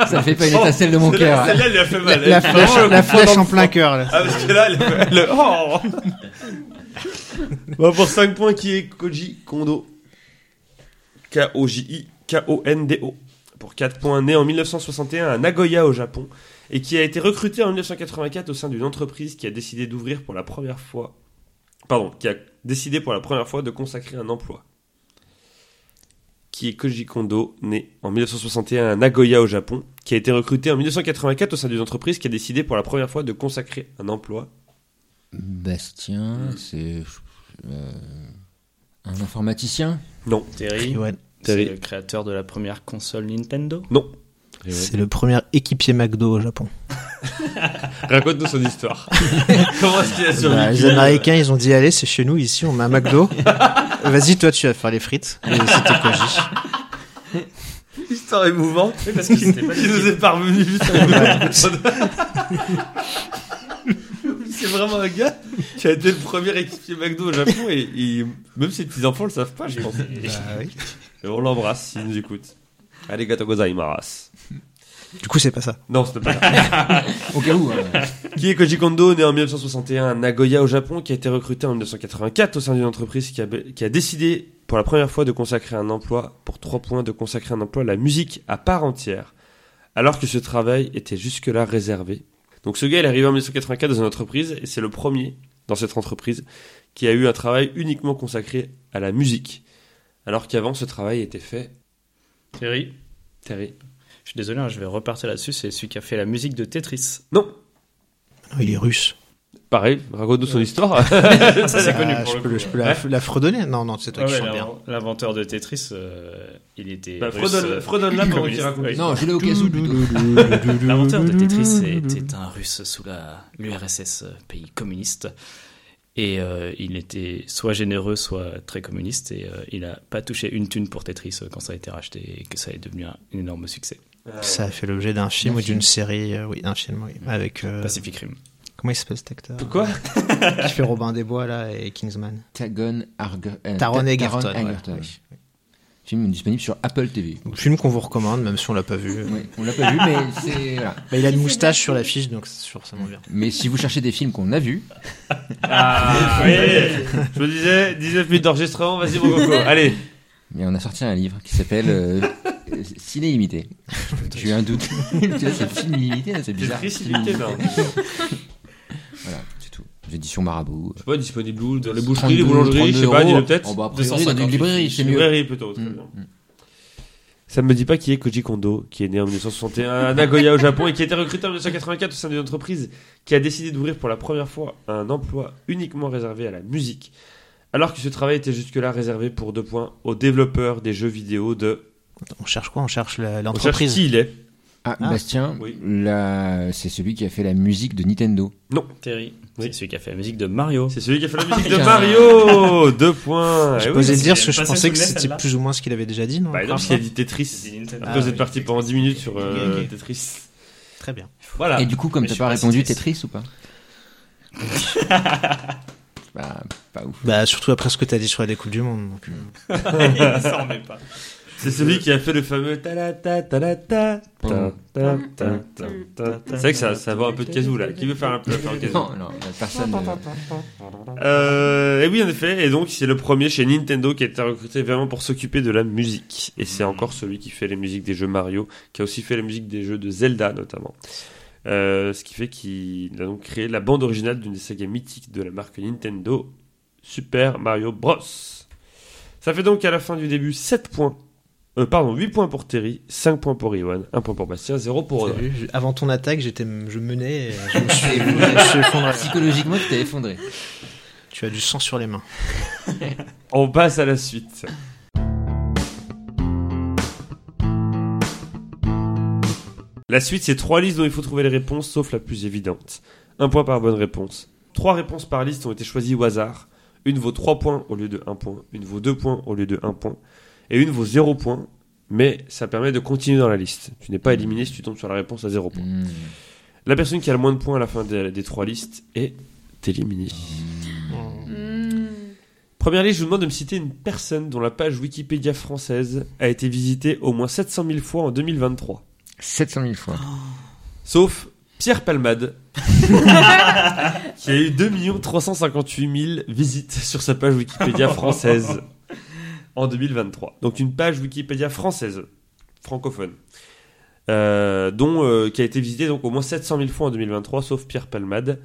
[SPEAKER 2] ça fait pas une étincelle de mon cœur.
[SPEAKER 1] Celle-là, elle lui a fait
[SPEAKER 4] la,
[SPEAKER 1] mal.
[SPEAKER 4] la flèche, la flèche en plein cœur. là.
[SPEAKER 1] Ah, parce que là, le. le- oh Bon, pour 5 points, qui est Koji Kondo K-O-J-I, K-O-N-D-O. Pour 4 points, né en 1961 à Nagoya, au Japon, et qui a été recruté en 1984 au sein d'une entreprise qui a décidé d'ouvrir pour la première fois. Pardon, qui a décidé pour la première fois de consacrer un emploi. Qui est Koji Kondo, né en 1961 à Nagoya, au Japon, qui a été recruté en 1984 au sein d'une entreprise qui a décidé pour la première fois de consacrer un emploi
[SPEAKER 2] Bastien, c'est euh, un informaticien.
[SPEAKER 1] Non.
[SPEAKER 3] Terry,
[SPEAKER 4] Riwan,
[SPEAKER 3] c'est
[SPEAKER 1] Terry.
[SPEAKER 3] le créateur de la première console Nintendo.
[SPEAKER 1] Non.
[SPEAKER 3] Eh
[SPEAKER 4] c'est le premier équipier McDo au Japon.
[SPEAKER 1] Raconte-nous son histoire. Comment est-ce qu'il a survécu
[SPEAKER 4] Bah, les
[SPEAKER 3] euh,
[SPEAKER 4] Américains, ils ont dit allez, c'est chez nous ici, on met un McDo. Vas-y, toi, tu vas faire les frites. Et c'était Koji.
[SPEAKER 1] Histoire émouvante
[SPEAKER 3] Oui, parce que c'était pas
[SPEAKER 1] qui nous est parvenue juste à
[SPEAKER 4] Bah,
[SPEAKER 1] C'est vraiment un gars qui a été le premier équipier McDo au Japon et, et même ses petits-enfants le savent pas, je pense. Et on l'embrasse s'il nous écoute. Allez, gozaimaras.
[SPEAKER 4] Du coup, c'est pas ça.
[SPEAKER 1] Non, ce n'est pas ça.
[SPEAKER 2] Au cas où. hein.
[SPEAKER 1] Qui est Koji Kondo, né en 1961 à Nagoya au Japon, qui a été recruté en 1984 au sein d'une entreprise qui a, qui a décidé pour la première fois de consacrer un emploi, pour trois points, de consacrer un emploi à la musique à part entière, alors que ce travail était jusque-là réservé. Donc ce gars, il est arrivé en 1984 dans une entreprise, et c'est le premier dans cette entreprise qui a eu un travail uniquement consacré à la musique, alors qu'avant ce travail était fait,
[SPEAKER 3] Terry,
[SPEAKER 1] Terry.
[SPEAKER 3] je suis désolé, hein, je vais repartir là-dessus. C'est celui qui a fait la musique de Tetris.
[SPEAKER 1] Non,
[SPEAKER 4] Non, Ah, il est russe.
[SPEAKER 1] pareil, raconte-nous son histoire.
[SPEAKER 3] Ah, ça, c'est
[SPEAKER 4] Ah,
[SPEAKER 3] connu pour
[SPEAKER 4] je
[SPEAKER 3] le
[SPEAKER 4] peux,
[SPEAKER 3] coup.
[SPEAKER 4] je peux la,
[SPEAKER 1] Ouais.
[SPEAKER 4] la fredonner Non, non, c'est toi
[SPEAKER 3] Ouais,
[SPEAKER 4] qui
[SPEAKER 3] ouais,
[SPEAKER 4] chante bien.
[SPEAKER 3] l'in- L'inventeur de Tetris, euh, il était.
[SPEAKER 1] Bah,
[SPEAKER 3] russe,
[SPEAKER 1] fredonne-
[SPEAKER 3] euh,
[SPEAKER 1] fredonne-la pendant
[SPEAKER 3] communiste.
[SPEAKER 1] qu'il raconte.
[SPEAKER 3] Oui.
[SPEAKER 2] Non, je l'ai au cas où plutôt.
[SPEAKER 3] L'inventeur de Tetris était un russe sous la- l'URSS, euh, pays communiste. Et euh, il était soit généreux, soit très communiste. Et euh, il n'a pas touché une thune pour Tetris euh, quand ça a été racheté et que ça est devenu un énorme succès.
[SPEAKER 4] Ça a fait l'objet d'un film
[SPEAKER 2] D'un
[SPEAKER 4] ou
[SPEAKER 2] film.
[SPEAKER 4] d'une série, euh, oui, d'un film, oui. Avec. euh,
[SPEAKER 3] Pacific Rim.
[SPEAKER 4] comment il s'appelle cet acteur
[SPEAKER 1] Quoi
[SPEAKER 4] Qui fait Robin des Bois, là, et Kingsman.
[SPEAKER 2] Tagon Arger- euh,
[SPEAKER 4] Taron
[SPEAKER 2] Ta-
[SPEAKER 4] Egerton.
[SPEAKER 2] Taron
[SPEAKER 4] ouais.
[SPEAKER 2] Egerton. Film disponible sur Apple TV.
[SPEAKER 4] Donc, Film qu'on vous recommande, même si on l'a pas vu.
[SPEAKER 2] Ouais, on l'a pas vu, mais c'est. voilà.
[SPEAKER 4] Bah, il a une moustache sur l'affiche, donc c'est forcément bien.
[SPEAKER 2] Mais si vous cherchez des films qu'on a vus,
[SPEAKER 1] Ah, oui. Je me disais, 19 minutes d'enregistrement, vas-y mon coco, allez
[SPEAKER 2] mais eh on a sorti un livre qui s'appelle euh, euh, Ciné Illimité. J'ai eu un doute. Tu vois, c'est film illimité, là, c'est bizarre.
[SPEAKER 1] Tetris
[SPEAKER 2] Film
[SPEAKER 1] illimité,
[SPEAKER 2] illimité.
[SPEAKER 1] non.
[SPEAKER 2] Voilà, c'est tout. Édition Marabout.
[SPEAKER 1] C'est pas disponible où Dans les
[SPEAKER 2] 32,
[SPEAKER 1] boucheries, les boulangeries, je sais pas,
[SPEAKER 2] 32
[SPEAKER 1] dis-le
[SPEAKER 2] euros.
[SPEAKER 1] peut-être.
[SPEAKER 2] Oh, bah, a priori, dans une librairie, c'est mieux.
[SPEAKER 1] Librairie plutôt. très
[SPEAKER 2] Mm,
[SPEAKER 1] bien. Ça ne me dit pas qui est Koji Kondo, qui est né en 1961 à Nagoya au Japon et qui a été recruté en 1984 au sein d'une entreprise qui a décidé d'ouvrir pour la première fois un emploi uniquement réservé à la musique. Alors que ce travail était jusque-là réservé pour deux points aux développeurs des jeux vidéo de.
[SPEAKER 4] On cherche quoi On cherche la-
[SPEAKER 1] On cherche
[SPEAKER 4] l'entreprise.
[SPEAKER 1] qui il est.
[SPEAKER 2] Ah,
[SPEAKER 4] Ah,
[SPEAKER 2] Bastien,
[SPEAKER 1] oui.
[SPEAKER 2] la- c'est celui qui a fait la musique de Nintendo.
[SPEAKER 3] Terry,
[SPEAKER 1] Oui.
[SPEAKER 3] c'est celui qui a fait la musique de Mario.
[SPEAKER 1] C'est celui qui a fait la musique de
[SPEAKER 2] putain.
[SPEAKER 1] Mario Deux points Eh
[SPEAKER 4] Je
[SPEAKER 1] oui.
[SPEAKER 4] posais
[SPEAKER 3] parce
[SPEAKER 4] le dire
[SPEAKER 3] qu'il
[SPEAKER 4] parce que je
[SPEAKER 3] passait
[SPEAKER 4] pensais
[SPEAKER 3] sous
[SPEAKER 4] que
[SPEAKER 3] le nez,
[SPEAKER 4] c'était
[SPEAKER 3] celle-là.
[SPEAKER 4] plus ou moins ce qu'il avait déjà dit, non
[SPEAKER 1] Bah non, parce qu'il a dit Tetris.
[SPEAKER 3] Nintendo.
[SPEAKER 1] Après, vous êtes parti pendant 10 minutes sur euh,
[SPEAKER 4] Ok, ok.
[SPEAKER 1] Tetris.
[SPEAKER 4] Très bien.
[SPEAKER 1] Voilà.
[SPEAKER 2] Et du coup, comme
[SPEAKER 3] mais
[SPEAKER 2] t'as
[SPEAKER 3] je
[SPEAKER 2] pas
[SPEAKER 3] suis pas
[SPEAKER 2] répondu,
[SPEAKER 3] Tetris.
[SPEAKER 2] t'es triste ou pas Bah, pas ouf.
[SPEAKER 4] Bah surtout après ce que t'as dit sur la découpe du monde. donc, euh,
[SPEAKER 3] Il s'en remet pas.
[SPEAKER 1] C'est celui qui a fait le fameux ta la ta ta la ta ta ta ta ta ta ta. C'est vrai que ça, ça va un peu de casou là. Qui veut faire un peu faire un casou
[SPEAKER 2] Non, non, personne. euh,
[SPEAKER 1] euh, Et oui, en effet. Et donc, c'est le premier chez Nintendo qui a été recruté vraiment pour s'occuper de la musique. Et c'est encore celui qui fait les musiques des jeux Mario, qui a aussi fait la musique des jeux de Zelda notamment. Euh, ce qui fait qu'il a donc créé la bande originale d'une des sagas mythiques de la marque Nintendo, Super Mario Bros. Ça fait donc à la fin du début 7 points. Euh, pardon, 8 points pour Terry, 5 points pour Iwan, 1 point pour Bastien, 0 pour
[SPEAKER 4] t'as
[SPEAKER 1] Audrey.
[SPEAKER 4] vu, je- avant ton attaque, j'étais, je menais, et je me suis, je me suis effondré.
[SPEAKER 2] Psychologiquement, tu t'es effondré.
[SPEAKER 4] Tu as du sang sur les mains.
[SPEAKER 1] On passe à la suite. La suite, c'est trois listes dont il faut trouver les réponses, sauf la plus évidente. Un point par bonne réponse. Trois réponses par liste ont été choisies au hasard. Une vaut 3 points au lieu de 1 point, une vaut 2 points au lieu de 1 point, et une vaut 0 point, mais ça permet de continuer dans la liste. Tu n'es pas éliminé si tu tombes sur la réponse à 0 point.
[SPEAKER 2] Hmm.
[SPEAKER 1] La personne qui a le moins de points à la fin des, des trois listes est éliminée.
[SPEAKER 2] Mm.
[SPEAKER 5] Hmm.
[SPEAKER 1] Première liste, je vous demande de me citer une personne dont la page Wikipédia française a été visitée au moins 700 000 fois en 2023.
[SPEAKER 2] 700 000 fois.
[SPEAKER 1] Sauf Pierre Palmade, qui a eu 2 358 000 visites sur sa page Wikipédia française en 2023. Donc une page Wikipédia française, francophone, euh, dont, euh, qui a été visitée donc au moins 700 000 fois en 2023, sauf Pierre Palmade.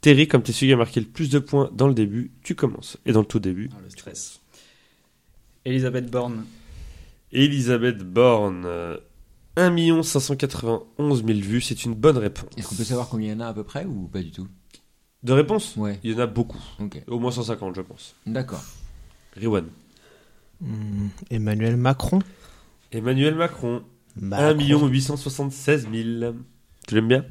[SPEAKER 1] Terry, comme t'es celui qui a marqué le plus de points dans le début, tu commences. Et dans le tout début,
[SPEAKER 3] le stress. Elisabeth Borne.
[SPEAKER 1] Elisabeth Borne. euh, 1 591 000 vues, c'est une bonne réponse.
[SPEAKER 2] Est-ce qu'on peut savoir combien il y en a à peu près ou pas du tout
[SPEAKER 1] De réponses
[SPEAKER 2] Ouais,
[SPEAKER 1] Il y en a beaucoup.
[SPEAKER 2] ok.
[SPEAKER 1] Au moins 150, je pense.
[SPEAKER 2] D'accord.
[SPEAKER 1] Riwan.
[SPEAKER 4] Hmm, Emmanuel Macron.
[SPEAKER 1] Emmanuel Macron.
[SPEAKER 4] Bah, Macron.
[SPEAKER 1] 1 876 000. Tu l'aimes bien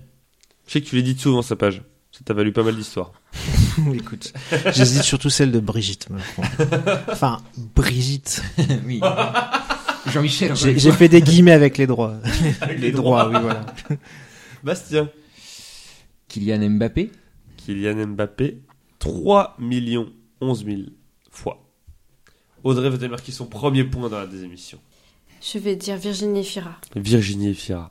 [SPEAKER 1] Je sais que tu l'édites souvent, sa page. Ça t'a valu pas mal d'histoires.
[SPEAKER 4] Écoute, j'hésite surtout celle de Brigitte Macron. Enfin, Brigitte.
[SPEAKER 2] oui. Jean-Michel, encore
[SPEAKER 4] J'ai
[SPEAKER 2] une
[SPEAKER 4] j'ai
[SPEAKER 2] fois.
[SPEAKER 4] fait des guillemets avec les droits.
[SPEAKER 1] les
[SPEAKER 4] les droits, oui, voilà.
[SPEAKER 1] Bastien.
[SPEAKER 2] Kylian Mbappé.
[SPEAKER 1] Kylian Mbappé. 3 millions 11 000 fois. Audrey va démarquer son premier point dans la désémission.
[SPEAKER 5] Je vais dire Virginie Fira.
[SPEAKER 1] Virginie Efira.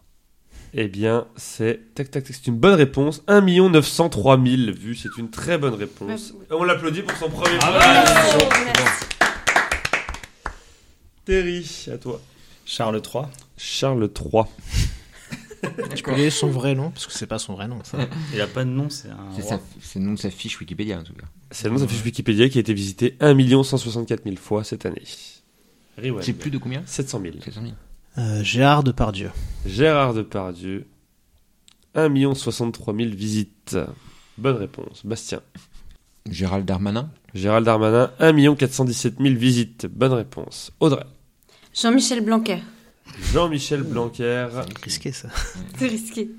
[SPEAKER 1] Eh bien, c'est tac tac tac, c'est une bonne réponse. 1 903 000 vues, c'est une très bonne réponse. On l'applaudit pour son premier point.
[SPEAKER 6] Oh,
[SPEAKER 2] Oh,
[SPEAKER 5] Oh,
[SPEAKER 1] Terry, à toi.
[SPEAKER 3] Charles III.
[SPEAKER 1] Charles III.
[SPEAKER 4] Tu connais son vrai nom Parce que c'est pas son vrai nom, ça.
[SPEAKER 3] Il a pas de nom, c'est un.
[SPEAKER 2] C'est
[SPEAKER 3] roi.
[SPEAKER 2] sa- c'est le nom de sa fiche Wikipédia, en tout cas.
[SPEAKER 1] C'est le nom de sa fiche Wikipédia qui a été visitée 1 164 000 fois cette année. Rewind.
[SPEAKER 2] C'est plus de combien
[SPEAKER 1] 700 000.
[SPEAKER 2] 700 000.
[SPEAKER 4] Euh, Gérard Depardieu.
[SPEAKER 1] Gérard Depardieu. 1 063 000 visites. Bonne réponse. Bastien.
[SPEAKER 2] Gérald Darmanin.
[SPEAKER 1] Gérald Darmanin. 1 417 000 visites. Bonne réponse. Audrey.
[SPEAKER 5] Jean-Michel Blanquer.
[SPEAKER 1] Jean-Michel Blanquer.
[SPEAKER 4] Risqué, ça.
[SPEAKER 5] C'est risqué.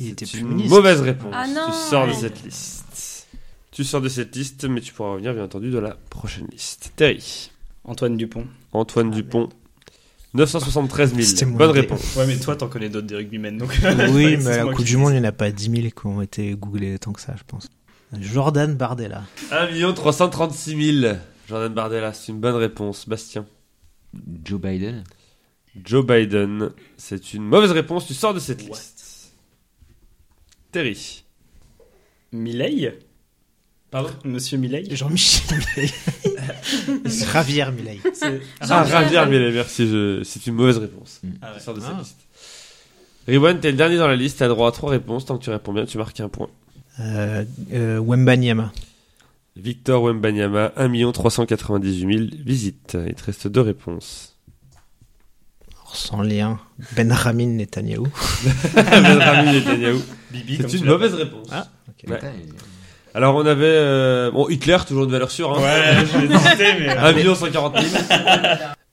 [SPEAKER 4] Il était
[SPEAKER 1] C'est
[SPEAKER 4] plus
[SPEAKER 1] une
[SPEAKER 4] ministre.
[SPEAKER 1] mauvaise réponse.
[SPEAKER 5] Ah non.
[SPEAKER 1] tu sors de cette liste. Tu sors de cette liste, mais tu pourras revenir bien entendu dans la prochaine liste. Terry.
[SPEAKER 3] Antoine Dupont.
[SPEAKER 1] Antoine Dupont. 973
[SPEAKER 4] C'était
[SPEAKER 1] 000.
[SPEAKER 4] Ah, mon
[SPEAKER 1] Bonne
[SPEAKER 4] idée.
[SPEAKER 1] réponse.
[SPEAKER 3] Ouais, mais toi, t'en connais d'autres des rugbymen, donc.
[SPEAKER 4] Oui, mais à
[SPEAKER 3] C'est
[SPEAKER 4] la
[SPEAKER 3] moi
[SPEAKER 4] Coupe
[SPEAKER 3] qui-
[SPEAKER 4] du Monde, il n'y en a pas 10 000 qui ont été googlés tant que ça, je pense. Jordan Bardella.
[SPEAKER 1] 1 336 000. Jordan Bardella, c'est une bonne réponse. Bastien.
[SPEAKER 2] Joe Biden.
[SPEAKER 1] Joe Biden, c'est une mauvaise réponse. Tu sors de cette
[SPEAKER 3] What
[SPEAKER 1] liste. Terry.
[SPEAKER 3] Milei Pardon Monsieur Milei
[SPEAKER 4] Jean-Michel Milei. Javier Milei.
[SPEAKER 3] C'est-
[SPEAKER 1] Ah, Javier Milei, merci. je- C'est une mauvaise réponse.
[SPEAKER 3] Ah ouais.
[SPEAKER 1] Tu sors de cette
[SPEAKER 4] Ah.
[SPEAKER 1] liste. Riwan, t'es le dernier dans la liste. T'as droit à trois réponses. Tant que tu réponds bien, tu marques un point.
[SPEAKER 4] Euh, euh, Wembanyama.
[SPEAKER 1] Victor Wembanyama, 1 398 000 visites. Il te reste deux réponses.
[SPEAKER 4] Alors, Sans lien. Benjamin Netanyahu.
[SPEAKER 1] Benjamin Netanyahou.
[SPEAKER 3] Bibi, comme
[SPEAKER 1] C'est
[SPEAKER 3] tu
[SPEAKER 1] une
[SPEAKER 3] l'as-
[SPEAKER 1] mauvaise réponse.
[SPEAKER 4] Ah.
[SPEAKER 1] Ouais.
[SPEAKER 2] Putain, il-
[SPEAKER 1] Alors on avait... euh, bon, Hitler, toujours de valeur sûre. Hein.
[SPEAKER 3] Ouais, je l'ai hésité, mais.
[SPEAKER 1] 1 140 000.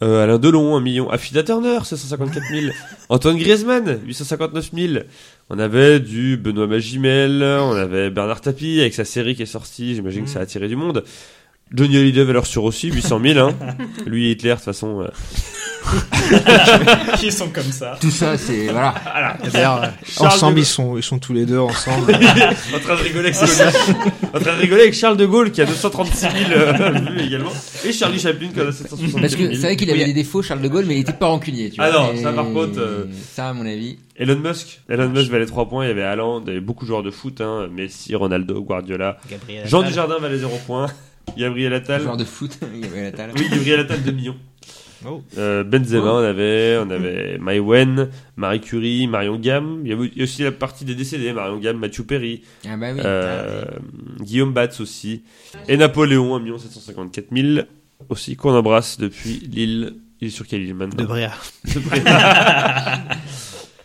[SPEAKER 1] Euh, Alain Delon, 1 million. Afida Turner, 754 000. Antoine Griezmann, 859 000. On avait du Benoît Magimel, on avait Bernard Tapie avec sa série qui est sortie, j'imagine que ça a attiré du monde. Johnny Hallyday, valeur sûre aussi, 800 000. Hein. Lui et Hitler, de toute façon... euh,
[SPEAKER 3] Qui sont comme ça
[SPEAKER 2] Tout ça, c'est. Voilà.
[SPEAKER 4] Et D'ailleurs, euh,
[SPEAKER 1] Charles
[SPEAKER 4] ensemble,
[SPEAKER 1] de-
[SPEAKER 4] ils sont, ils sont tous les deux ensemble.
[SPEAKER 1] en train de rigoler avec Charles en train de rigoler avec Charles de Gaulle qui a 236 000 euh, vues également et Charlie Chaplin qui en a 760 000.
[SPEAKER 2] Parce que c'est vrai qu'il avait
[SPEAKER 1] Oui.
[SPEAKER 2] des défauts, Charles de Gaulle, mais il était pas rancunier. Tu
[SPEAKER 1] Ah
[SPEAKER 2] vois.
[SPEAKER 1] non, ça, par
[SPEAKER 2] Et
[SPEAKER 1] contre, euh,
[SPEAKER 2] Ça, à mon avis.
[SPEAKER 1] Elon Musk Elon Musk valait 3 points il y avait Haaland il y avait beaucoup de joueurs de foot hein, Messi Ronaldo Guardiola
[SPEAKER 4] Gabriel.
[SPEAKER 1] Jean Dujardin valait 0 points Gabriel Attal
[SPEAKER 2] Joueur de foot, il y avait la talle.
[SPEAKER 1] oui Gabriel Attal 2 millions
[SPEAKER 4] Oh.
[SPEAKER 1] Euh, Benzema on avait on avait Maïwen Marie Curie Marion Gamme il y avait il y a aussi la partie des décédés Marion Gamme Mathieu Perry
[SPEAKER 2] Ah bah oui.
[SPEAKER 1] Euh, Guillaume Batz aussi. Et Napoléon, 1 754 000. Aussi, qu'on embrasse depuis Lille. Il est sur quelle île maintenant
[SPEAKER 4] De Bréa.
[SPEAKER 1] De près.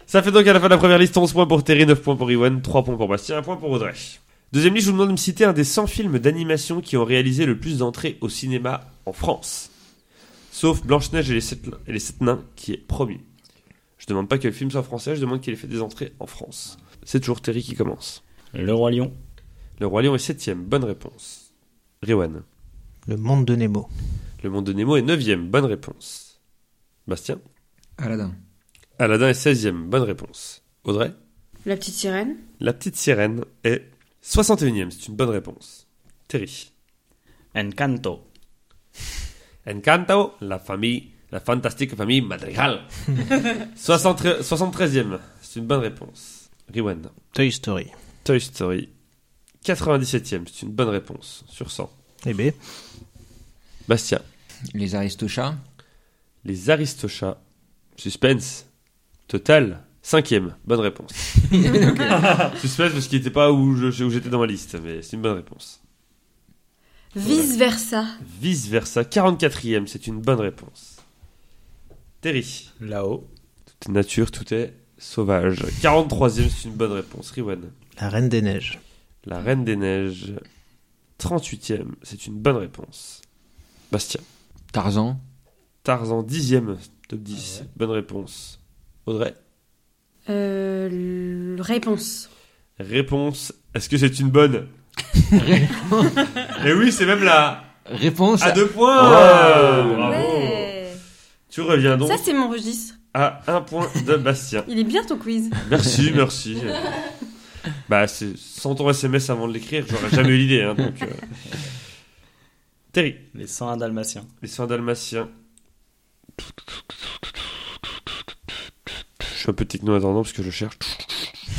[SPEAKER 1] Ça fait donc à la fin de la première liste 11 points pour Terry, 9 points pour Iwan, 3 points pour Bastien, 1 point pour Audrey. Deuxième liste, je vous demande de me citer un des 100 films d'animation qui ont réalisé le plus d'entrées au cinéma en France. Sauf Blanche-Neige et les Sept- et les Sept Nains, qui est promis. Je demande pas que le film soit français, je demande qu'il ait fait des entrées en France. C'est toujours Terry qui commence.
[SPEAKER 3] Le Roi Lion.
[SPEAKER 1] Le Roi Lion est septième, bonne réponse. Rewan.
[SPEAKER 4] Le monde de Nemo.
[SPEAKER 1] Le Monde de Nemo est neuvième, bonne réponse. Bastien.
[SPEAKER 2] Aladdin.
[SPEAKER 1] Aladdin est seizième, bonne réponse. Audrey.
[SPEAKER 5] La petite sirène.
[SPEAKER 1] La petite sirène est 61e, c'est une bonne réponse. Terry.
[SPEAKER 3] Encanto.
[SPEAKER 1] Encanto, la famille, la fantastique famille Madrigal. 73, 73e, c'est une bonne réponse. Rewan.
[SPEAKER 4] Toy Story.
[SPEAKER 1] Toy Story. 97e, c'est une bonne réponse sur 100.
[SPEAKER 4] Eh ben,
[SPEAKER 1] Bastien.
[SPEAKER 2] Les Aristochats.
[SPEAKER 1] Les Aristochats. Suspense. Total. Cinquième. Bonne réponse. Suspense parce qu'il n'était pas où je- où j'étais dans ma liste, mais c'est une bonne réponse.
[SPEAKER 5] Vice versa.
[SPEAKER 1] Vice versa. 44e. C'est une bonne réponse. Terry.
[SPEAKER 3] Là-haut.
[SPEAKER 1] Toute nature, tout est sauvage. 43e. C'est une bonne réponse. Riwan.
[SPEAKER 4] la Reine des Neiges.
[SPEAKER 1] La Reine des Neiges, 38ème, c'est une bonne réponse. Bastien.
[SPEAKER 2] Tarzan.
[SPEAKER 1] Tarzan, 10ème, top 10, bonne réponse. Audrey.
[SPEAKER 5] Euh, l- réponse.
[SPEAKER 1] Réponse, est-ce que c'est une bonne Et oui, c'est même la
[SPEAKER 2] Réponse.
[SPEAKER 1] à deux points
[SPEAKER 2] Ouais.
[SPEAKER 1] Bravo.
[SPEAKER 5] Ouais.
[SPEAKER 1] Tu reviens donc
[SPEAKER 5] Ça, c'est mon registre.
[SPEAKER 1] à un point de Bastien.
[SPEAKER 5] Il est bien ton quiz.
[SPEAKER 1] Merci, merci. bah, c'est sans ton SMS avant de l'écrire, j'aurais jamais eu l'idée. hein, donc, euh. Terry,
[SPEAKER 3] Les 101 dalmatiens.
[SPEAKER 1] les soins dalmatiens. Je suis un peu techno en attendant parce que je cherche.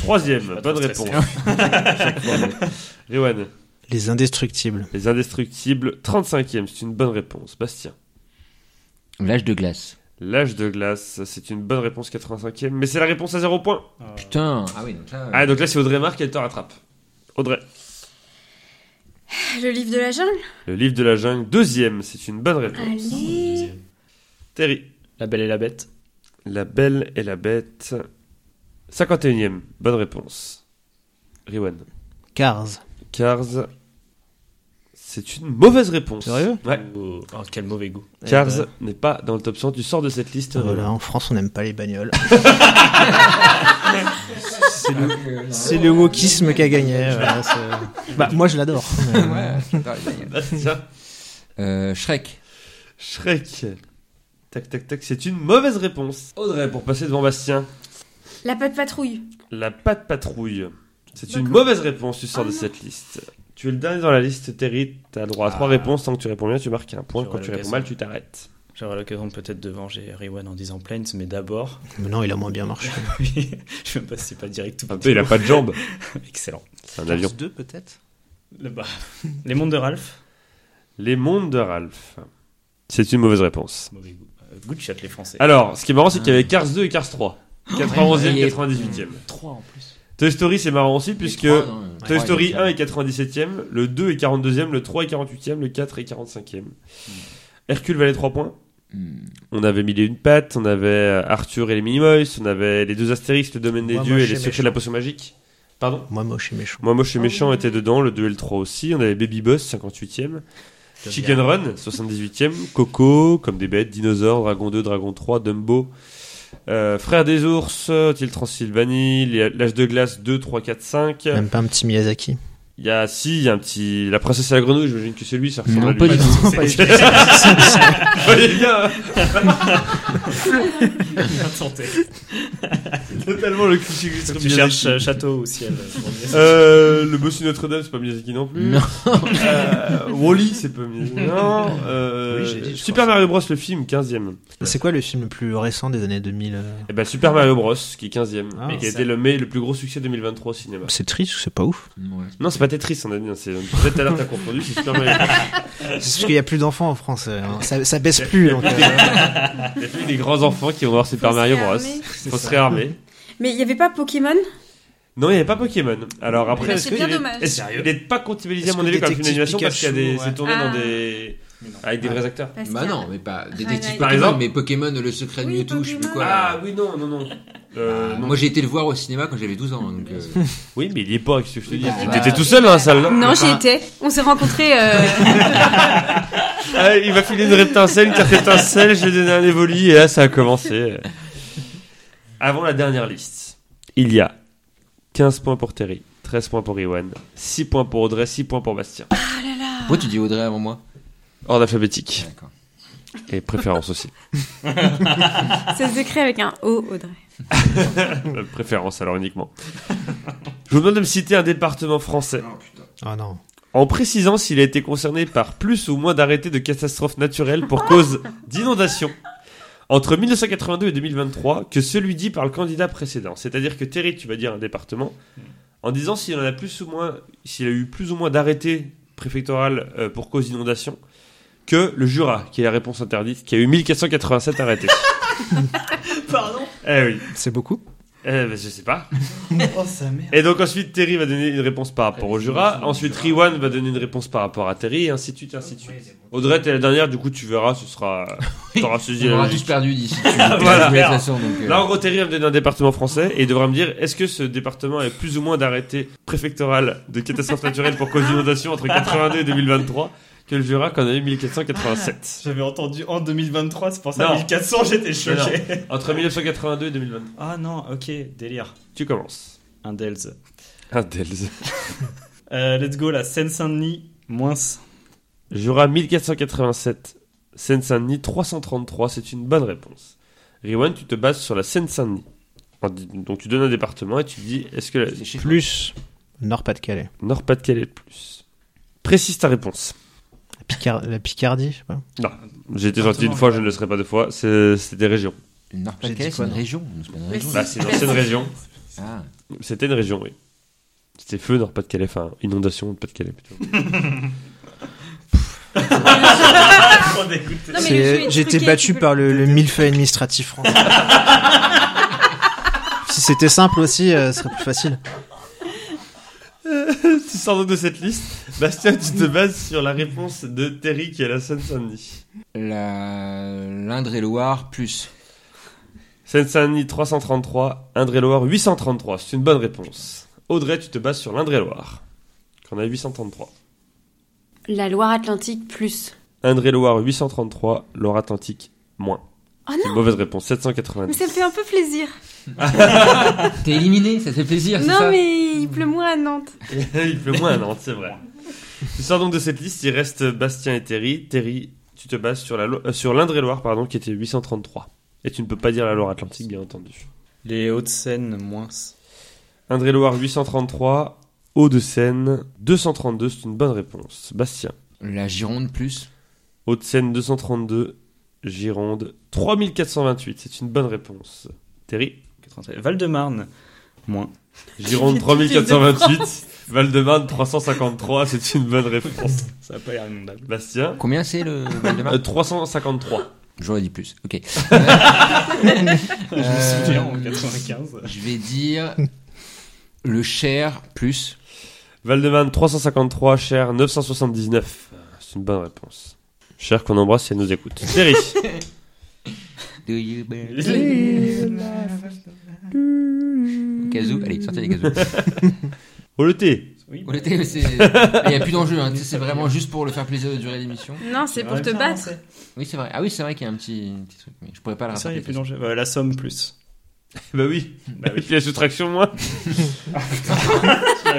[SPEAKER 1] Troisième, bonne
[SPEAKER 3] stressé.
[SPEAKER 1] réponse. Rewan,
[SPEAKER 4] Les indestructibles.
[SPEAKER 1] les indestructibles, 35e, c'est une bonne réponse. Bastien,
[SPEAKER 2] L'âge de glace.
[SPEAKER 1] l'âge de glace, c'est une bonne réponse, 85e, mais c'est la réponse à 0 point.
[SPEAKER 2] Putain. Ah oui, donc là.
[SPEAKER 1] Ah, donc là, c'est Audrey Marc, elle te rattrape. Audrey.
[SPEAKER 5] Le livre de la jungle
[SPEAKER 1] Le livre de la jungle, deuxième, c'est une bonne réponse.
[SPEAKER 5] Allez.
[SPEAKER 1] Terry.
[SPEAKER 3] La Belle et la Bête.
[SPEAKER 1] La belle et la bête, 51e, bonne réponse. Riwan.
[SPEAKER 4] Cars.
[SPEAKER 1] Cars, c'est une mauvaise réponse.
[SPEAKER 4] Sérieux
[SPEAKER 1] Ouais.
[SPEAKER 3] Oh, oh, quel mauvais goût.
[SPEAKER 1] Cars
[SPEAKER 4] Eh ben.
[SPEAKER 1] n'est pas dans le top 100, tu sors de cette liste.
[SPEAKER 4] Voilà, en France, on n'aime pas les bagnoles. c'est le, c'est le wokisme qui a gagné. voilà, c'est- bah, moi, je l'adore. mais-
[SPEAKER 1] Bastien.
[SPEAKER 2] Euh, Shrek.
[SPEAKER 1] Shrek. Tac tac tac, c'est une mauvaise réponse. Audrey, pour passer devant Bastien.
[SPEAKER 5] La patte patrouille.
[SPEAKER 1] La patte patrouille, c'est une mauvaise réponse, tu
[SPEAKER 3] Ah
[SPEAKER 1] sors de cette liste. Tu es le dernier dans la liste, Terry, t'as le droit à trois
[SPEAKER 3] Ah.
[SPEAKER 1] réponses, tant que tu réponds bien, tu marques un point,
[SPEAKER 3] J'aurai
[SPEAKER 1] quand tu réponds
[SPEAKER 3] l'occasion.
[SPEAKER 1] mal, tu t'arrêtes.
[SPEAKER 3] J'aurai l'occasion peut-être de venger Riwan en disant Plains, mais d'abord.
[SPEAKER 4] Mais non, il a moins bien marché.
[SPEAKER 3] Oui, je me passe, c'est pas direct. tout
[SPEAKER 1] Un peu, il a pas de jambes.
[SPEAKER 3] Excellent.
[SPEAKER 1] C'est un avion.
[SPEAKER 4] 2 peut-être
[SPEAKER 3] Là-bas. Les mondes de Ralph.
[SPEAKER 1] Les mondes de Ralph. C'est une mauvaise réponse.
[SPEAKER 3] Mauvais goût. Euh, good shot, les Français.
[SPEAKER 1] Alors, ce qui est marrant, c'est qu'il y avait Cars 2 et Cars 3.
[SPEAKER 3] Oh,
[SPEAKER 1] 91e, 98e.
[SPEAKER 3] 3 en plus.
[SPEAKER 1] Toy Story, c'est marrant aussi, puisque
[SPEAKER 2] Les trois, hein. non,
[SPEAKER 1] Toy
[SPEAKER 2] trois,
[SPEAKER 1] Story
[SPEAKER 2] il y a-
[SPEAKER 1] 1 est 97e, le 2 est 42e, le 3 est 48e, le 4 est 45e. Hercule valait 3 points.
[SPEAKER 2] Hmm.
[SPEAKER 1] On avait Mille et une pattes, on avait euh, Arthur et les Minimoys, on avait les deux Astérix, le Domaine des
[SPEAKER 4] Moi,
[SPEAKER 1] Dieux
[SPEAKER 4] moi,
[SPEAKER 1] et
[SPEAKER 4] je
[SPEAKER 1] les
[SPEAKER 4] suis
[SPEAKER 1] Secrets de la Potion Magique. Pardon
[SPEAKER 4] Moi, moche et méchant.
[SPEAKER 1] Moi, Moche et Méchant était dedans, le 2 et le 3 aussi. On avait Baby Boss, 58e. Chicken Run, 78e. Coco, comme des bêtes, Dinosaure, Dragon 2, Dragon 3, Dumbo. Euh, Frères des ours, Til Transylvanie, les- L'âge de glace 2, 3, 4, 5.
[SPEAKER 4] Même pas un petit Miyazaki.
[SPEAKER 1] Il y a, si, il y a un petit. La princesse et la grenouille, j'imagine que c'est lui, ça ressemble
[SPEAKER 2] Non,
[SPEAKER 1] à lui.
[SPEAKER 2] pas du tout.
[SPEAKER 1] C'est- Voyez bien, hein. totalement le cliché que
[SPEAKER 3] Tu cherches euh, château ou ciel.
[SPEAKER 1] Euh, le bossu Notre-Dame, c'est pas Miyazaki non plus.
[SPEAKER 2] Non.
[SPEAKER 1] Euh, Wally, c'est pas Miyazaki. Non. euh,
[SPEAKER 3] Oui, j'ai dit, je
[SPEAKER 1] Super
[SPEAKER 3] crois.
[SPEAKER 1] Mario Bros, le film, 15ème.
[SPEAKER 4] C'est quoi le film le plus récent des années 2000 euh
[SPEAKER 1] Et ben Super Mario Bros, qui est 15ème,
[SPEAKER 4] Ah,
[SPEAKER 1] et qui a
[SPEAKER 3] ça.
[SPEAKER 1] été le, mai- le plus gros succès 2023 au cinéma.
[SPEAKER 4] C'est triste, c'est pas ouf.
[SPEAKER 2] Ouais.
[SPEAKER 1] Non, c'est pas Tetris, on a dit. hein, c'est- Peut-être tout à l'heure t'as confondu, c'est Super Mario Bros.
[SPEAKER 4] Euh, C'est juste qu'il y a plus d'enfants en France. euh, Ça, ça baisse plus. donc, euh,
[SPEAKER 1] Il y a plus des grands enfants qui vont voir Super
[SPEAKER 5] se
[SPEAKER 1] Mario Bros.
[SPEAKER 5] réarmer.
[SPEAKER 1] Faut se réarmer.
[SPEAKER 5] Mais il n'y avait pas Pokémon
[SPEAKER 1] Non, il n'y avait pas Pokémon. Alors après,
[SPEAKER 5] Bah,
[SPEAKER 1] est-ce
[SPEAKER 5] c'est
[SPEAKER 1] qu'il
[SPEAKER 5] bien
[SPEAKER 1] est-
[SPEAKER 5] dommage.
[SPEAKER 1] est-ce- Il n'est pas comptabilisé à
[SPEAKER 4] Est-ce
[SPEAKER 1] mon
[SPEAKER 4] que
[SPEAKER 1] avis comme film
[SPEAKER 4] Détective
[SPEAKER 1] d'animation parce qu'il y a des,
[SPEAKER 4] Pikachu,
[SPEAKER 1] c'est tourné dans
[SPEAKER 5] ouais.
[SPEAKER 1] des, avec des vrais acteurs.
[SPEAKER 5] Parce
[SPEAKER 2] Bah
[SPEAKER 5] qu'il y a-
[SPEAKER 2] non, mais pas
[SPEAKER 5] Ryan
[SPEAKER 2] détective
[SPEAKER 1] Par
[SPEAKER 2] par
[SPEAKER 1] exemple
[SPEAKER 2] exemple, mais Pokémon, le secret de
[SPEAKER 5] Oui,
[SPEAKER 2] Mewtwo, je sais plus
[SPEAKER 5] Pokémon.
[SPEAKER 2] quoi.
[SPEAKER 1] Ah oui, non, non, non. Euh,
[SPEAKER 2] Ah,
[SPEAKER 1] non.
[SPEAKER 2] Moi j'ai été le voir au cinéma quand j'avais 12 ans. Donc, euh,
[SPEAKER 1] Oui, mais il y est pas avec ce que je te dis. Ah.
[SPEAKER 2] Bah,
[SPEAKER 1] T'étais
[SPEAKER 2] bah.
[SPEAKER 1] tout seul dans la salle, là
[SPEAKER 5] Non, j'y étais. On s'est rencontrés. euh,
[SPEAKER 1] Ah, il va filer une rétincelle, une carte rétincelle, je vais donner un évoli, et là, ça a commencé. Avant la dernière liste, il y a 15 points pour Terry, 13 points pour Iwan, 6 points pour Audrey, 6 points pour Bastien.
[SPEAKER 2] Pourquoi tu dis Audrey avant moi
[SPEAKER 1] Ordre alphabétique.
[SPEAKER 2] D'accord.
[SPEAKER 1] Et préférence aussi.
[SPEAKER 5] ça se décrit avec un O, Audrey.
[SPEAKER 1] Euh, préférence, alors uniquement. Je vous demande de me citer un département français,
[SPEAKER 4] Ah non.
[SPEAKER 1] en précisant s'il a été concerné par plus ou moins d'arrêtés de catastrophes naturelles pour cause d'inondation. Entre 1982 et 2023, que celui dit par le candidat précédent. C'est-à-dire que Terry, tu vas dire un département, en disant s'il en a plus ou moins, s'il a eu plus ou moins d'arrêtés préfectorales euh, pour cause d'inondation, que le Jura, qui est la réponse interdite, qui a eu 1487 arrêtés.
[SPEAKER 7] Pardon
[SPEAKER 1] eh oui.
[SPEAKER 4] C'est beaucoup
[SPEAKER 1] Euh, bah, je sais pas.
[SPEAKER 8] Oh, sa merde.
[SPEAKER 1] Et donc ensuite, Terry va donner une réponse par rapport au Jura. Ensuite, Riwan va donner une réponse par rapport à Terry, et ainsi de suite, ainsi de suite. Audrey, t'es la dernière, du coup, tu verras, ce sera. T'auras saisi
[SPEAKER 2] On
[SPEAKER 1] la
[SPEAKER 2] aura
[SPEAKER 1] logique.
[SPEAKER 2] tous perdu d'ici.
[SPEAKER 1] Euh, Voilà.
[SPEAKER 2] De toute façon, donc, euh,
[SPEAKER 1] Là, en gros, Terry va me donner un département français et il devra me dire est-ce que ce département est plus ou moins d'arrêté préfectoral de catastrophe naturelle pour cause d'inondation entre 82 et 2023 que le Jura qu'en année 1487
[SPEAKER 8] J'avais entendu en 2023, c'est pour ça
[SPEAKER 1] Non.
[SPEAKER 8] 1400, j'étais
[SPEAKER 1] Mais non.
[SPEAKER 8] choqué.
[SPEAKER 1] Entre 1982 et 2023.
[SPEAKER 8] Ah non, ok, délire.
[SPEAKER 1] Tu commences.
[SPEAKER 8] Un Delz.
[SPEAKER 1] Un Delz.
[SPEAKER 8] Euh, let's go, la Seine-Saint-Denis, moins.
[SPEAKER 1] Jura 1487, Seine-Saint-Denis 333, c'est une bonne réponse. Riwan, tu te bases sur la Seine-Saint-Denis. En di- Donc tu donnes un département et tu dis est-ce que la-
[SPEAKER 2] c'est chez toi.
[SPEAKER 4] Plus Nord-Pas-de-Calais.
[SPEAKER 1] Nord-Pas-de-Calais de plus Précise ta réponse.
[SPEAKER 4] La, Picard- la Picardie, je sais pas.
[SPEAKER 1] J'ai été gentil une fois, je ne le serai pas deux fois. C'est c'est des régions.
[SPEAKER 2] Le
[SPEAKER 4] J'ai
[SPEAKER 2] Nord-Pas-de-Calais,
[SPEAKER 4] dit
[SPEAKER 2] c'est
[SPEAKER 4] quoi,
[SPEAKER 2] une
[SPEAKER 4] non
[SPEAKER 2] région. non, C'est pas une région.
[SPEAKER 1] Bah, c'est une ancienne région.
[SPEAKER 2] Ah.
[SPEAKER 1] C'était une région, oui. C'était feu Nord-Pas-de-Calais, enfin inondation de Pas-de-Calais plutôt. Ah,
[SPEAKER 8] Trop dégoûté.
[SPEAKER 5] Non, mais le jeu est
[SPEAKER 4] C'est- J'ai été
[SPEAKER 5] truqué, tu
[SPEAKER 4] battu
[SPEAKER 5] peux
[SPEAKER 4] par le, le millefeuille administratif français. si c'était simple aussi, euh, ce serait plus facile.
[SPEAKER 1] tu sors donc de cette liste. Bastien, tu te bases sur la réponse de Terry qui est la Seine-Saint-Denis.
[SPEAKER 2] La- L'Indre-et-Loire plus.
[SPEAKER 1] Seine-Saint-Denis 333, Indre-et-Loire 833. C'est une bonne réponse. Audrey, tu te bases sur l'Indre-et-Loire. Qu'on a 833.
[SPEAKER 5] La Loire-Atlantique plus.
[SPEAKER 1] Indre-et-Loire 833, Loire-Atlantique moins.
[SPEAKER 5] Oh
[SPEAKER 1] C'est une mauvaise réponse, 790.
[SPEAKER 5] Mais ça me fait un peu plaisir.
[SPEAKER 2] T'es éliminé, ça te fait plaisir, c'est
[SPEAKER 5] non,
[SPEAKER 2] ça
[SPEAKER 5] mais il pleut moins à Nantes.
[SPEAKER 1] il pleut moins à Nantes, c'est vrai. Tu sors donc de cette liste, il reste Bastien et Terry. Terry, tu te bases sur la Lo- euh, sur l'Indre-et-Loire, pardon, qui était 833. Et tu ne peux pas dire la Loire-Atlantique, bien entendu.
[SPEAKER 3] Les Hauts-de-Seine, moins.
[SPEAKER 1] Indre-et-Loire 833, Hauts-de-Seine 232, c'est une bonne réponse. Bastien.
[SPEAKER 2] La Gironde plus.
[SPEAKER 1] Hauts-de-Seine 232, Gironde 3428, c'est une bonne réponse. Terry.
[SPEAKER 3] 93. Val-de-Marne, moins.
[SPEAKER 1] Gironde 3428, Val-de-Marne 353, c'est une bonne réponse.
[SPEAKER 3] Ça a pas l'air inondable.
[SPEAKER 1] Bastien.
[SPEAKER 2] Combien c'est le Val-de-Marne
[SPEAKER 1] Euh, 353.
[SPEAKER 2] J'aurais dit plus, ok.
[SPEAKER 3] Je me souviens en
[SPEAKER 2] Euh,
[SPEAKER 3] 95.
[SPEAKER 2] Je vais dire le Cher plus.
[SPEAKER 1] Valdeman 353, cher 979. C'est une bonne réponse. Cher qu'on embrasse si elle nous écoute. Terry.
[SPEAKER 2] Do you believe-
[SPEAKER 5] Mmh.
[SPEAKER 2] Gazou, allez, sortez les gazous.
[SPEAKER 1] Au le thé.
[SPEAKER 8] Oui,
[SPEAKER 2] Au été, c'est- Il n'y a plus d'enjeu, hein, tu sais, c'est vraiment juste pour le faire plaisir de durer l'émission.
[SPEAKER 5] Non, c'est pour te battre.
[SPEAKER 2] Oui, c'est vrai. Ah oui, c'est vrai qu'il y a un petit, petit truc, mais je pourrais
[SPEAKER 1] Ah,
[SPEAKER 2] pas le
[SPEAKER 3] Ça, il y a plus
[SPEAKER 2] rattraper.
[SPEAKER 3] d'enjeu. Euh, la somme, plus.
[SPEAKER 1] Bah oui. Bah oui. Ah, la soustraction, moi.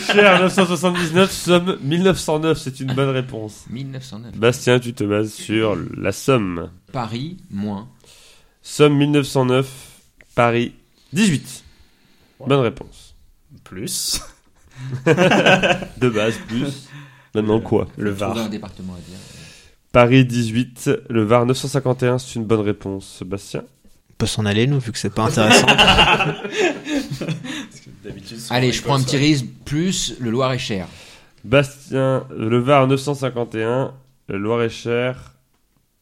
[SPEAKER 1] Cher 979, somme 1909. C'est une bonne réponse.
[SPEAKER 2] 1909.
[SPEAKER 1] Bastien, tu te bases sur la somme.
[SPEAKER 2] Paris, moins.
[SPEAKER 1] Somme 1909, Paris 18. Bonne réponse.
[SPEAKER 3] Plus.
[SPEAKER 1] De base, plus. Maintenant quoi
[SPEAKER 3] Le
[SPEAKER 2] Trouver
[SPEAKER 3] Var.
[SPEAKER 2] un département à dire.
[SPEAKER 1] Paris 18, le Var 951, c'est une bonne réponse. Bastien.
[SPEAKER 4] On peut s'en aller, nous, vu que c'est pas intéressant.
[SPEAKER 8] d'habitude. souvent,
[SPEAKER 2] Allez,
[SPEAKER 8] ils
[SPEAKER 2] je prends un
[SPEAKER 8] bossent,
[SPEAKER 2] petit
[SPEAKER 8] ouais.
[SPEAKER 2] risque, plus le Loir-et-Cher.
[SPEAKER 1] Bastien, le Var 951, le Loir-et-Cher.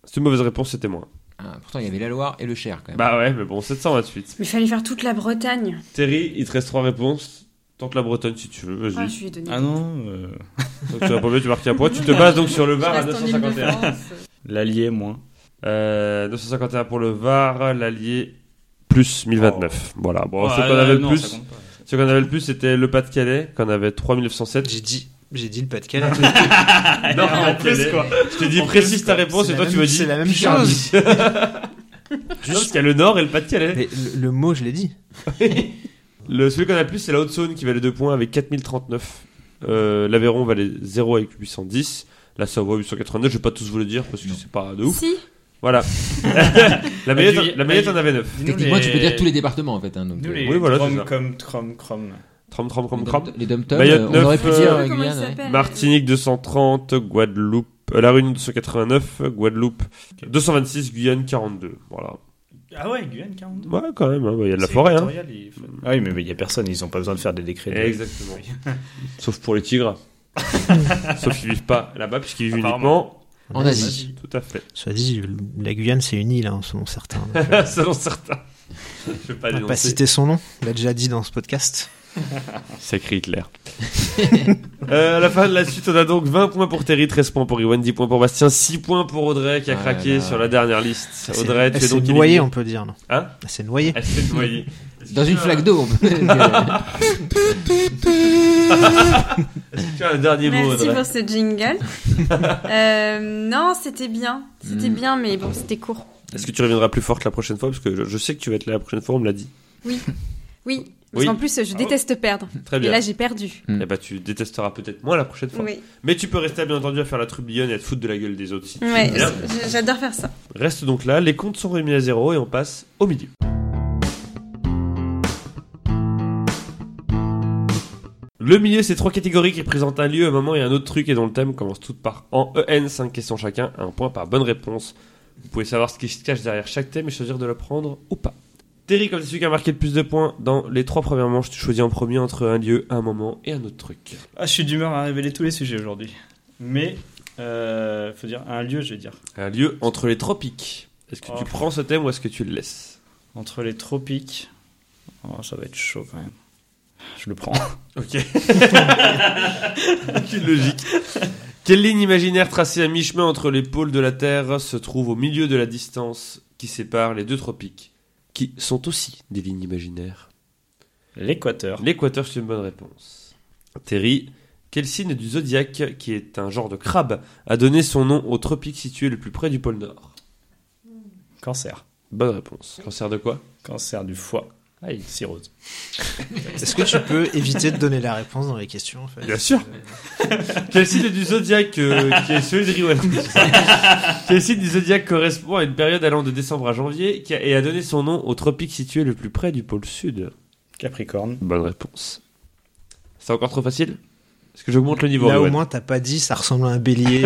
[SPEAKER 1] C'est une mauvaise réponse, c'était moi.
[SPEAKER 2] Ah, pourtant, il y avait la Loire et le Cher quand même.
[SPEAKER 1] Bah ouais, mais bon, 728.
[SPEAKER 5] Mais fallait faire toute la Bretagne.
[SPEAKER 1] Terry, il te reste trois réponses. Tente la Bretagne si tu veux,
[SPEAKER 5] Ah,
[SPEAKER 1] vas-y.
[SPEAKER 5] je lui ai donné.
[SPEAKER 3] Ah non. euh,
[SPEAKER 1] Donc tu réponds bien, tu marques un point. Tu te bases donc sur le Var à 951.
[SPEAKER 3] L'Allier, moins.
[SPEAKER 1] Euh, 951 pour le Var, l'Allier, plus 1029. Voilà, bon, ce Oh, qu'on avait le plus, ce qu'on avait le plus, c'était le Pas-de-Calais, qu'on avait 3907.
[SPEAKER 4] J'ai dit, j'ai dit le Pas-de-Calais.
[SPEAKER 1] Ah, Non, en plus, quoi. Je te dis, précise ta réponse
[SPEAKER 4] C'est
[SPEAKER 1] et toi,
[SPEAKER 4] la
[SPEAKER 1] tu
[SPEAKER 4] même-
[SPEAKER 1] me
[SPEAKER 4] C'est
[SPEAKER 1] dis.
[SPEAKER 4] la même
[SPEAKER 2] Picardie.
[SPEAKER 4] chose.
[SPEAKER 1] Non, parce qu'il y a le Nord et le Pas-de-Calais.
[SPEAKER 4] Mais le, le mot, je l'ai dit.
[SPEAKER 1] Le, celui qu'on a le plus, c'est la Haute-Saône qui valait 2 points avec 4039. Euh, L'Aveyron valait 0 avec 810. La Savoie 889. Je vais pas tous vous le dire parce que c'est pas de ouf.
[SPEAKER 5] Si,
[SPEAKER 1] Voilà. la
[SPEAKER 3] Bah,
[SPEAKER 1] Mayette,
[SPEAKER 3] du-
[SPEAKER 1] la Mayette
[SPEAKER 3] bah,
[SPEAKER 1] en avait 9.
[SPEAKER 2] Techniquement, tu peux dire tous les départements en fait. hein, donc,
[SPEAKER 8] Nous,
[SPEAKER 2] euh,
[SPEAKER 8] les
[SPEAKER 1] Oui, voilà, c'est ça.
[SPEAKER 8] Crom, Crom, Crom, Crom.
[SPEAKER 1] Trom, trom,
[SPEAKER 2] les
[SPEAKER 1] trom, trom.
[SPEAKER 2] dom- les dom-toms,
[SPEAKER 1] Mayotte,
[SPEAKER 2] euh, on
[SPEAKER 1] neuf,
[SPEAKER 2] aurait pu
[SPEAKER 1] euh,
[SPEAKER 2] dire
[SPEAKER 5] comment il
[SPEAKER 2] Guyane. ouais.
[SPEAKER 5] s'appelle
[SPEAKER 1] Martinique 230. Guadeloupe. euh, la Réunion 289. Guadeloupe 226. Guyane 42. Voilà.
[SPEAKER 8] Ah ouais, Guyane 42.
[SPEAKER 1] Ouais, quand même. hein, bah, Il y a de la forêt. Hein. Eh,
[SPEAKER 3] Ah oui, mais mais il y a personne, ils ont pas besoin de faire des décrets. de-
[SPEAKER 1] Exactement. Sauf pour les tigres. Sauf qu'ils vivent pas là-bas puisqu'ils vivent
[SPEAKER 8] Apparemment.
[SPEAKER 1] uniquement
[SPEAKER 2] euh, En Asie.
[SPEAKER 1] Tout à fait.
[SPEAKER 4] Soit dit, le- la Guyane, c'est une île, hein, selon certains. donc, euh,
[SPEAKER 1] Selon certains. Je vais pas
[SPEAKER 4] on va pas
[SPEAKER 1] dénoncer.
[SPEAKER 4] citer son nom, on l'a déjà dit dans ce podcast.
[SPEAKER 1] Sacré Hitler. euh, à la fin de la suite, on a donc 20 points pour Terry, 13 points pour Iwan, 10 points pour Bastien, 6 points pour Audrey qui a
[SPEAKER 2] Ah
[SPEAKER 1] craqué
[SPEAKER 2] là là.
[SPEAKER 1] sur la dernière liste. Audrey, tu
[SPEAKER 4] Elle
[SPEAKER 1] es
[SPEAKER 4] s'est
[SPEAKER 1] donc
[SPEAKER 4] noyée,
[SPEAKER 1] éliminée.
[SPEAKER 4] on peut dire. Non
[SPEAKER 1] Hein
[SPEAKER 4] Elle s'est noyée.
[SPEAKER 1] Elle s'est noyée.
[SPEAKER 2] Dans une flaque d'eau. on peut-
[SPEAKER 1] Tu as un dernier mot,
[SPEAKER 5] Merci
[SPEAKER 1] Audrey.
[SPEAKER 5] pour ce jingle. Euh, non, c'était bien. C'était
[SPEAKER 2] Mm.
[SPEAKER 5] bien, mais bon, c'était court.
[SPEAKER 1] Est-ce que tu reviendras plus forte la prochaine fois Parce que je, je sais que tu vas être là la prochaine fois, on me l'a dit.
[SPEAKER 5] Oui. Parce
[SPEAKER 1] Oui.
[SPEAKER 5] qu'en plus, je
[SPEAKER 1] Ah
[SPEAKER 5] déteste perdre.
[SPEAKER 1] Très
[SPEAKER 5] Et
[SPEAKER 1] bien.
[SPEAKER 5] là, j'ai perdu.
[SPEAKER 1] Eh bah, tu détesteras peut-être moins la prochaine fois.
[SPEAKER 5] Oui.
[SPEAKER 1] Mais tu peux rester, bien entendu, à faire la trublion et à te foutre de la gueule des autres. si tu
[SPEAKER 5] Ouais,
[SPEAKER 1] veux bien.
[SPEAKER 5] j- j'adore faire ça.
[SPEAKER 1] Reste donc là, les comptes sont remis à zéro et on passe au milieu. Le milieu, c'est trois catégories qui présentent un lieu, un moment et un autre truc et dont le thème commence toutes par en EN, 5 questions chacun, un point par bonne réponse. Vous pouvez savoir ce qui se cache derrière chaque thème et choisir de le prendre ou pas. Terry, comme c'est celui qui a marqué le plus de points, dans les trois premières manches, tu choisis en premier entre un lieu, un moment et un autre truc.
[SPEAKER 3] Ah, je suis d'humeur à révéler tous les sujets aujourd'hui. Mais, euh, faut dire, un lieu, je vais dire.
[SPEAKER 1] Un lieu entre les tropiques. Est-ce que tu
[SPEAKER 3] Oh.
[SPEAKER 1] prends ce thème ou est-ce que tu le laisses
[SPEAKER 3] Entre les tropiques. Oh, ça va être chaud quand même. Je le prends.
[SPEAKER 1] Ok. Aucune logique. Quelle ligne imaginaire tracée à mi-chemin entre les pôles de la Terre se trouve au milieu de la distance qui sépare les deux tropiques, qui sont aussi des lignes imaginaires
[SPEAKER 3] L'équateur.
[SPEAKER 1] L'équateur, c'est une bonne réponse. Terry, quel signe du zodiaque, qui est un genre de crabe, a donné son nom au tropique situé le plus près du pôle Nord
[SPEAKER 3] Cancer.
[SPEAKER 1] Bonne réponse. Cancer de quoi
[SPEAKER 3] Cancer du foie. Aïe, cirrhose.
[SPEAKER 4] Est-ce que tu peux éviter de donner la réponse dans les questions en fait
[SPEAKER 1] sûr. Quel signe du zodiaque euh, qui est celui de Riwan Quel signe du zodiaque correspond à une période allant de décembre à janvier qui a- et a donné son nom au tropique situé le plus près du pôle sud
[SPEAKER 3] Capricorne.
[SPEAKER 1] Bonne réponse. C'est encore trop facile Est-ce que j'augmente le niveau
[SPEAKER 4] Là au
[SPEAKER 1] Riwan
[SPEAKER 4] moins t'as pas dit ça ressemble à un bélier.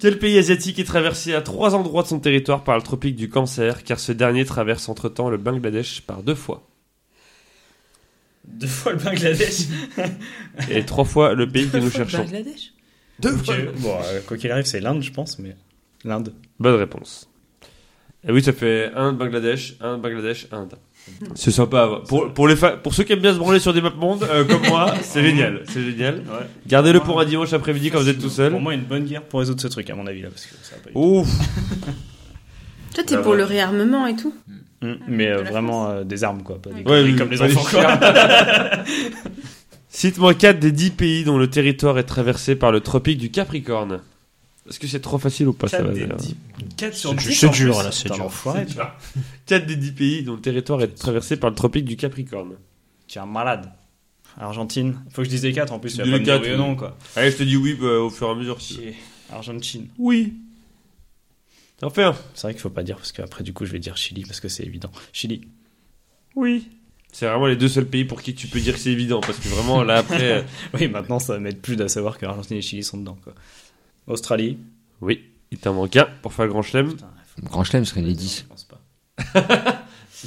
[SPEAKER 1] Quel pays asiatique est traversé à trois endroits de son territoire par le tropique du cancer car ce dernier traverse entre-temps le Bangladesh par deux fois
[SPEAKER 3] Deux fois le Bangladesh.
[SPEAKER 1] et trois fois le pays que nous
[SPEAKER 9] Faut le
[SPEAKER 1] cherchons.
[SPEAKER 9] Bangladesh.
[SPEAKER 1] Deux
[SPEAKER 3] Ok, Bon, euh, quoi qu'il arrive, c'est l'Inde, je pense, mais. L'Inde.
[SPEAKER 1] Bonne réponse. Et oui, ça fait un de Bangladesh, un de Bangladesh, Inde. C'est sympa. Pour, pour, les fa- pour ceux qui aiment bien se branler sur des maps monde, euh, comme moi, c'est génial. C'est génial.
[SPEAKER 3] Ouais.
[SPEAKER 1] Gardez-le pour un dimanche après-midi quand vous êtes tout
[SPEAKER 3] Pour
[SPEAKER 1] seul.
[SPEAKER 3] moi, une bonne guerre pour résoudre ce truc, à mon avis, là, parce que ça va pas du tout.
[SPEAKER 1] Ouf.
[SPEAKER 5] Toi, t'es
[SPEAKER 1] Bah,
[SPEAKER 5] pour
[SPEAKER 1] ouais.
[SPEAKER 5] le réarmement et tout.
[SPEAKER 3] Mm, Mais euh,
[SPEAKER 9] Ah, De la
[SPEAKER 3] vraiment euh, des armes, quoi. Pas des
[SPEAKER 5] Ouais,
[SPEAKER 3] conneries
[SPEAKER 1] oui,
[SPEAKER 3] comme les
[SPEAKER 1] pas les
[SPEAKER 3] enfants, quoi.
[SPEAKER 1] Cite-moi 4 des 10 pays dont le territoire est traversé par le tropique du Capricorne. Est-ce que c'est trop facile ou pas ça
[SPEAKER 3] Quatre
[SPEAKER 1] va
[SPEAKER 3] des
[SPEAKER 1] dire
[SPEAKER 3] dix- quatre sur dix,
[SPEAKER 4] C'est dur, c'est
[SPEAKER 3] en
[SPEAKER 4] dur,
[SPEAKER 3] plus.
[SPEAKER 4] là, c'est
[SPEAKER 3] Putain,
[SPEAKER 4] dur.
[SPEAKER 3] l'enfoiré, tu-
[SPEAKER 1] 4 des 10 pays dont le territoire est traversé par le tropique du Capricorne.
[SPEAKER 3] Tu es un malade. Argentine. Faut que je dise les quatre en plus, tu vas
[SPEAKER 1] Dis
[SPEAKER 3] pas
[SPEAKER 1] les
[SPEAKER 3] me dire
[SPEAKER 1] quatre,
[SPEAKER 3] oui ou
[SPEAKER 1] oui.
[SPEAKER 3] non, quoi.
[SPEAKER 1] Allez, je te dis oui bah, au fur et à mesure. si-
[SPEAKER 3] Chier. Argentine.
[SPEAKER 1] Oui. T'en fais un.
[SPEAKER 3] C'est vrai qu'il faut pas dire parce qu'après, du coup, je vais dire Chili parce que c'est évident. Chili.
[SPEAKER 1] Oui. C'est vraiment les deux seuls pays pour qui tu peux dire que c'est évident, parce que vraiment, là, après... euh,
[SPEAKER 3] Oui, maintenant, ça m'aide plus de savoir que Argentine et Chili sont dedans, quoi. Australie.
[SPEAKER 1] Oui, il t'en manque un pour faire le grand chelem.
[SPEAKER 3] Putain, faut-
[SPEAKER 2] Le Grand chelem serait les 10.
[SPEAKER 3] Je pense pas.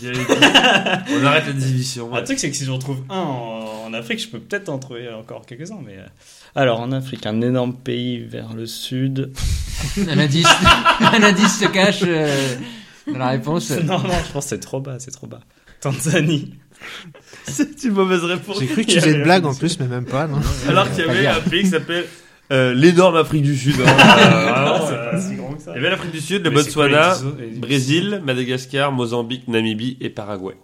[SPEAKER 1] On arrête la division.
[SPEAKER 3] Ah, Le truc, c'est que si j'en trouve un en, en Afrique, je peux peut-être en trouver encore quelques-uns. Mais euh. Alors, en Afrique, un énorme pays vers le sud.
[SPEAKER 2] Un indice, un indice se cache euh, dans la réponse.
[SPEAKER 3] non, non, je pense que c'est trop bas, c'est trop bas. Tanzanie.
[SPEAKER 1] C'est une mauvaise réponse.
[SPEAKER 4] J'ai cru que tu faisais une blague en plus, mais même pas. Non
[SPEAKER 1] Alors qu'il y
[SPEAKER 2] Pas
[SPEAKER 1] avait
[SPEAKER 2] bien.
[SPEAKER 1] un pays qui s'appelle euh, l'énorme Afrique du Sud. hein, euh,
[SPEAKER 3] Ah c'est
[SPEAKER 1] vraiment, euh,
[SPEAKER 3] pas si grand que ça.
[SPEAKER 1] Il y avait l'Afrique du Sud, le
[SPEAKER 3] Mais c'est quoi les
[SPEAKER 1] Botswana,
[SPEAKER 3] dix autres- les dix-
[SPEAKER 1] Brésil, Madagascar, Mozambique, Namibie et Paraguay.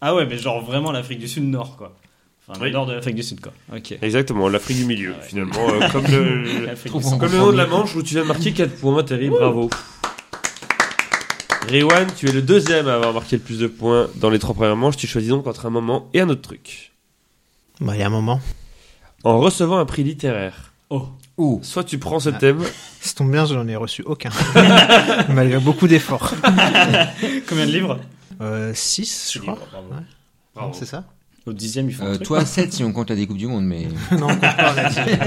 [SPEAKER 3] Ah ouais, mais genre vraiment l'Afrique du Sud nord, quoi. Enfin,
[SPEAKER 1] Oui.
[SPEAKER 3] le nord de l'Afrique du Sud, quoi. Ok.
[SPEAKER 1] Exactement, l'Afrique du milieu,
[SPEAKER 3] Ah ouais.
[SPEAKER 1] finalement, euh, comme le,
[SPEAKER 3] L'Afrique
[SPEAKER 2] Trop
[SPEAKER 3] du Sud.
[SPEAKER 2] bon.
[SPEAKER 1] Comme le nom de la manche où tu viens de marquer 4 points, Terry, bravo. Rewan, tu es le deuxième à avoir marqué le plus de points dans les trois premières manches. Tu choisis donc entre un moment et un autre truc.
[SPEAKER 4] Bah il y a un moment.
[SPEAKER 1] En recevant un prix littéraire,
[SPEAKER 4] Oh.
[SPEAKER 2] Ou
[SPEAKER 1] soit tu prends ce thème,
[SPEAKER 4] Ça tombe bien, je n'en ai reçu aucun. Malgré beaucoup d'efforts.
[SPEAKER 3] Combien de livres
[SPEAKER 4] Euh, 6, je crois. Ouais.
[SPEAKER 1] Bravo.
[SPEAKER 4] C'est ça
[SPEAKER 3] Au dixième, il faut. un
[SPEAKER 2] euh,
[SPEAKER 3] truc,
[SPEAKER 2] toi 7 si on compte la découpe du monde, mais
[SPEAKER 4] Non, on compte pas, on a dit.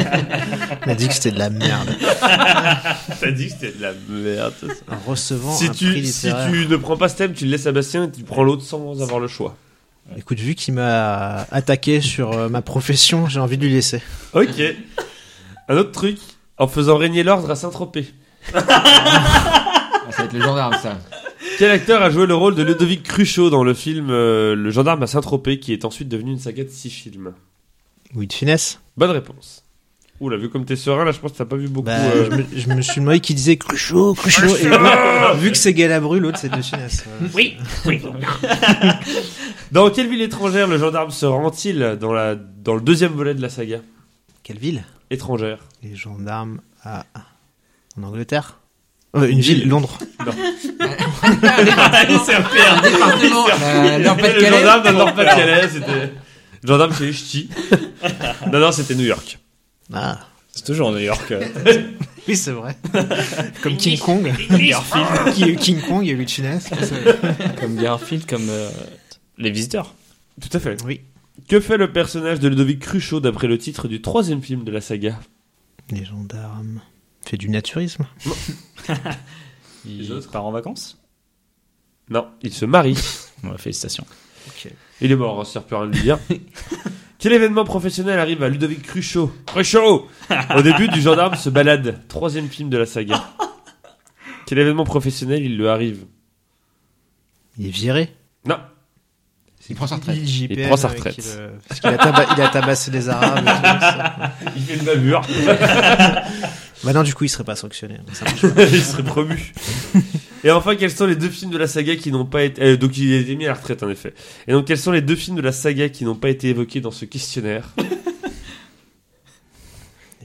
[SPEAKER 4] On a dit que c'était de la merde.
[SPEAKER 1] t'as dit que c'était de la merde.
[SPEAKER 4] En recevant
[SPEAKER 1] Si
[SPEAKER 4] un
[SPEAKER 1] tu,
[SPEAKER 4] prix
[SPEAKER 1] si
[SPEAKER 4] littéraire.
[SPEAKER 1] tu ne prends pas ce thème, tu le laisses à Bastien et tu prends l'autre sans avoir le choix.
[SPEAKER 4] Écoute, vu qu'il m'a attaqué sur euh, ma profession, j'ai envie de lui laisser.
[SPEAKER 1] Ok. Un autre truc, en faisant régner l'ordre à Saint-Tropez.
[SPEAKER 2] Ah, ça va être le gendarme, ça.
[SPEAKER 1] Quel acteur a joué le rôle de Ludovic Cruchot dans le film euh, Le gendarme à Saint-Tropez, qui est ensuite devenu une saga de six films
[SPEAKER 4] Oui, de finesse.
[SPEAKER 1] Bonne réponse. Oula, vu comme t'es serein, là, je pense que t'as pas vu beaucoup.
[SPEAKER 4] Bah,
[SPEAKER 1] euh,
[SPEAKER 4] je, me, je me suis demandé qui disait Cruchot, Cruchot. Et vu- vu que c'est Galabru, l'autre c'est de finesse. Euh, Voilà.
[SPEAKER 7] Oui, oui.
[SPEAKER 1] Dans quelle ville étrangère le gendarme se rend-il dans, la... dans le deuxième volet de la saga
[SPEAKER 4] Quelle ville
[SPEAKER 1] Étrangère.
[SPEAKER 4] Les gendarmes à. En Angleterre Euh, Une ville, Londres.
[SPEAKER 3] Ah
[SPEAKER 2] Un département, euh, leur
[SPEAKER 1] Le
[SPEAKER 2] Pas-de-Calais.
[SPEAKER 1] gendarme dans le Nord-Pas-de-Calais, c'était... Le gendarme, c'est Ch'ti. non, non, c'était New York.
[SPEAKER 4] Ah,
[SPEAKER 8] C'est toujours New York. euh.
[SPEAKER 4] oui, c'est vrai. Comme King Kong. Qui- King Kong, il y a eu de finesse.
[SPEAKER 3] Comme Garfield, comme euh, les visiteurs.
[SPEAKER 1] Tout à fait.
[SPEAKER 4] Oui.
[SPEAKER 1] Que fait le personnage de Ludovic Cruchot d'après le titre du troisième film de la saga
[SPEAKER 4] Les gendarmes. Fait du naturisme.
[SPEAKER 1] Les
[SPEAKER 8] Il
[SPEAKER 1] autres
[SPEAKER 8] part en vacances
[SPEAKER 1] Non, il se marie.
[SPEAKER 3] Ouais, félicitations.
[SPEAKER 1] Il est mort, on ne sert plus à rien de lui dire. Quel événement professionnel arrive à Ludovic Cruchot Cruchot Au début du Gendarme se balade, troisième film de la saga. Quel événement professionnel il lui arrive
[SPEAKER 4] Il est viré.
[SPEAKER 1] Non,
[SPEAKER 2] Il prend sa retraite.
[SPEAKER 4] Il, JPN,
[SPEAKER 1] prend sa
[SPEAKER 4] avec
[SPEAKER 1] retraite.
[SPEAKER 4] qui le- Parce qu'il a, taba- il a tabassé des Arabes. et tout, ça.
[SPEAKER 1] il fait une bavure,
[SPEAKER 4] Bah non, du coup, il serait pas sanctionné. Donc ça marche.
[SPEAKER 1] il serait promu. Et enfin, quels sont les deux films de la saga qui n'ont pas été... euh, donc il a été mis à la retraite en effet. Et donc quels sont les deux films de la saga qui n'ont pas été évoqués dans ce questionnaire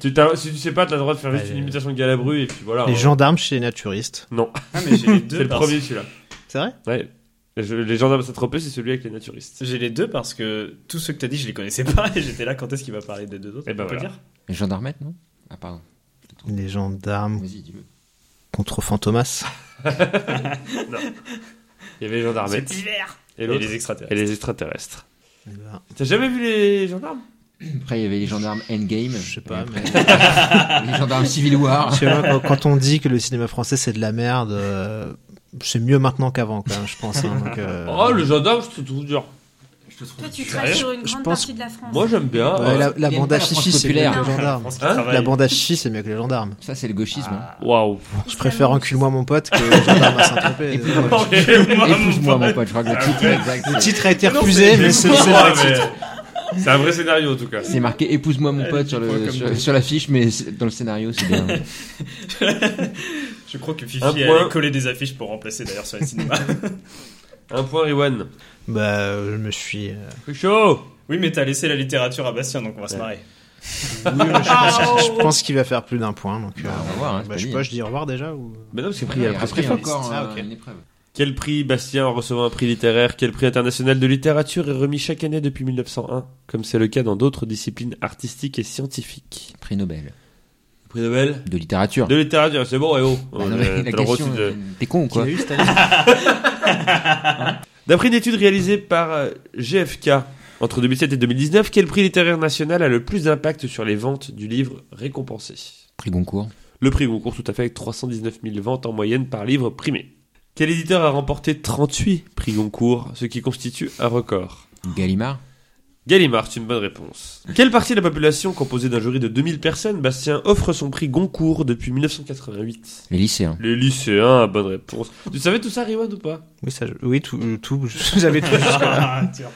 [SPEAKER 1] Tu t'as- Si tu sais pas, t'as le droit de faire juste
[SPEAKER 4] Ouais,
[SPEAKER 1] une
[SPEAKER 4] euh,
[SPEAKER 1] imitation de Galabru et puis voilà.
[SPEAKER 4] Les
[SPEAKER 1] hein.
[SPEAKER 4] gendarmes chez les naturistes.
[SPEAKER 1] Non,
[SPEAKER 8] Ah, mais j'ai les deux.
[SPEAKER 1] c'est le
[SPEAKER 8] parce-
[SPEAKER 1] premier celui-là.
[SPEAKER 4] C'est vrai
[SPEAKER 1] Ouais. Je- les gendarmes s'attropaient, c'est celui avec les naturistes.
[SPEAKER 8] J'ai les deux parce que tous ceux que t'as dit, je les connaissais pas et j'étais là quand est-ce qu'il va parler des deux autres.
[SPEAKER 1] Eh ben
[SPEAKER 8] on peut
[SPEAKER 1] voilà.
[SPEAKER 8] dire
[SPEAKER 2] Les gendarmettes, non Ah, pardon.
[SPEAKER 4] Les gendarmes
[SPEAKER 2] Vas-y, dis-le.
[SPEAKER 4] contre Fantomas.
[SPEAKER 1] Il y avait les gendarmes
[SPEAKER 8] C'est
[SPEAKER 7] Divers.
[SPEAKER 1] et
[SPEAKER 8] Et
[SPEAKER 1] l'autre
[SPEAKER 8] les extraterrestres.
[SPEAKER 1] et les extraterrestres.
[SPEAKER 4] Eh ben,
[SPEAKER 1] T'as jamais vu les gendarmes
[SPEAKER 2] Après, il y avait les gendarmes Endgame.
[SPEAKER 4] Je sais
[SPEAKER 2] Et
[SPEAKER 4] pas,
[SPEAKER 2] après, Les gendarmes Civil War.
[SPEAKER 4] tu vois, quand, quand on dit que le cinéma français c'est de la merde, euh, c'est mieux maintenant qu'avant, quand même, je pense. hein, donc, euh,
[SPEAKER 1] Oh, le gendarme, je te trouve dur.
[SPEAKER 5] Toi, tu craches sur une
[SPEAKER 4] Je
[SPEAKER 5] grande
[SPEAKER 4] pense-
[SPEAKER 5] partie de la France.
[SPEAKER 1] Moi, j'aime bien. Euh,
[SPEAKER 4] ouais, la, la
[SPEAKER 2] Il y a
[SPEAKER 4] bande
[SPEAKER 2] pas
[SPEAKER 4] à
[SPEAKER 2] la France
[SPEAKER 4] Fifi, c'est mieux
[SPEAKER 2] populaire.
[SPEAKER 4] que les gendarmes.
[SPEAKER 8] Parce qu'ils
[SPEAKER 1] Hein
[SPEAKER 4] La
[SPEAKER 8] travaillent.
[SPEAKER 4] bande à Fifi, c'est mieux que les gendarmes.
[SPEAKER 2] Ça, c'est le gauchisme. hein.
[SPEAKER 1] Waouh.
[SPEAKER 4] Je préfère Encule-moi mon pote que les gendarmes à Saint-Tropez.
[SPEAKER 8] Ok, moi,
[SPEAKER 2] Épouse-moi, mon pote. Je crois que le titre est exact.
[SPEAKER 4] Le titre a été refusé, mais c'est c'est
[SPEAKER 1] Ouais,
[SPEAKER 4] vrai.
[SPEAKER 1] mais C'est un vrai scénario, en tout cas.
[SPEAKER 2] C'est marqué Épouse-moi, mon pote sur,
[SPEAKER 8] point
[SPEAKER 2] le,
[SPEAKER 8] comme
[SPEAKER 2] sur,
[SPEAKER 8] nous.
[SPEAKER 2] sur l'affiche, mais c'est- dans le scénario, c'est bien.
[SPEAKER 8] Je crois que Fifi
[SPEAKER 1] Un
[SPEAKER 8] allait
[SPEAKER 1] point.
[SPEAKER 8] coller des affiches pour remplacer d'ailleurs sur les cinémas.
[SPEAKER 1] Un point, Riwan.
[SPEAKER 4] Bah, euh, je me suis. euh,
[SPEAKER 1] Chaud
[SPEAKER 8] oui, mais t'as laissé la littérature à Bastien, donc on va se
[SPEAKER 1] Ouais.
[SPEAKER 8] marrer.
[SPEAKER 2] Ah, oh.
[SPEAKER 4] Je pense qu'il va faire plus d'un point. Donc, euh,
[SPEAKER 2] on va voir, hein, c'est
[SPEAKER 4] bah,
[SPEAKER 2] pas
[SPEAKER 4] je sais
[SPEAKER 2] dit,
[SPEAKER 4] pas,
[SPEAKER 2] hein.
[SPEAKER 4] je dis au revoir déjà ou.
[SPEAKER 1] Mais non, parce que
[SPEAKER 2] Après,
[SPEAKER 1] prix, il y a la
[SPEAKER 2] après, il y
[SPEAKER 1] prescription.
[SPEAKER 2] a encore
[SPEAKER 4] Ah,
[SPEAKER 2] euh,
[SPEAKER 4] ok.
[SPEAKER 2] une épreuve.
[SPEAKER 1] Quel prix Bastien en recevant un prix littéraire Quel prix international de littérature est remis chaque année depuis 1901 Comme c'est le cas dans d'autres disciplines artistiques et scientifiques.
[SPEAKER 2] Prix Nobel
[SPEAKER 1] Prix Nobel
[SPEAKER 2] de littérature.
[SPEAKER 1] De littérature, c'est bon, et oh
[SPEAKER 2] Bah,
[SPEAKER 1] On
[SPEAKER 2] non,
[SPEAKER 1] a-
[SPEAKER 2] mais
[SPEAKER 1] t'as
[SPEAKER 2] la
[SPEAKER 1] le droit
[SPEAKER 2] question,
[SPEAKER 1] aussi de-
[SPEAKER 2] euh, t'es con ou
[SPEAKER 4] Qu'il
[SPEAKER 2] quoi
[SPEAKER 4] a eu cette année
[SPEAKER 1] D'après une étude réalisée par euh, GFK entre 2007 et 2019, quel prix littéraire national a le plus d'impact sur les ventes du livre récompensé
[SPEAKER 2] Prix Goncourt.
[SPEAKER 1] Le prix Goncourt tout à fait avec 319 000 ventes en moyenne par livre primé. Quel éditeur a remporté 38 prix Goncourt, ce qui constitue un record
[SPEAKER 2] Gallimard.
[SPEAKER 1] Gallimard, c'est une bonne réponse. Quelle partie de la population composée d'un jury de 2000 personnes, Bastien offre son prix Goncourt depuis 1988
[SPEAKER 2] Les lycéens.
[SPEAKER 1] Les lycéens, bonne réponse. Tu savais tout ça, Riwan, ou pas
[SPEAKER 4] Oui, ça, je- oui, tout, euh, tout, j'avais tout
[SPEAKER 8] Ah,
[SPEAKER 4] jusque-là.
[SPEAKER 8] tu vois.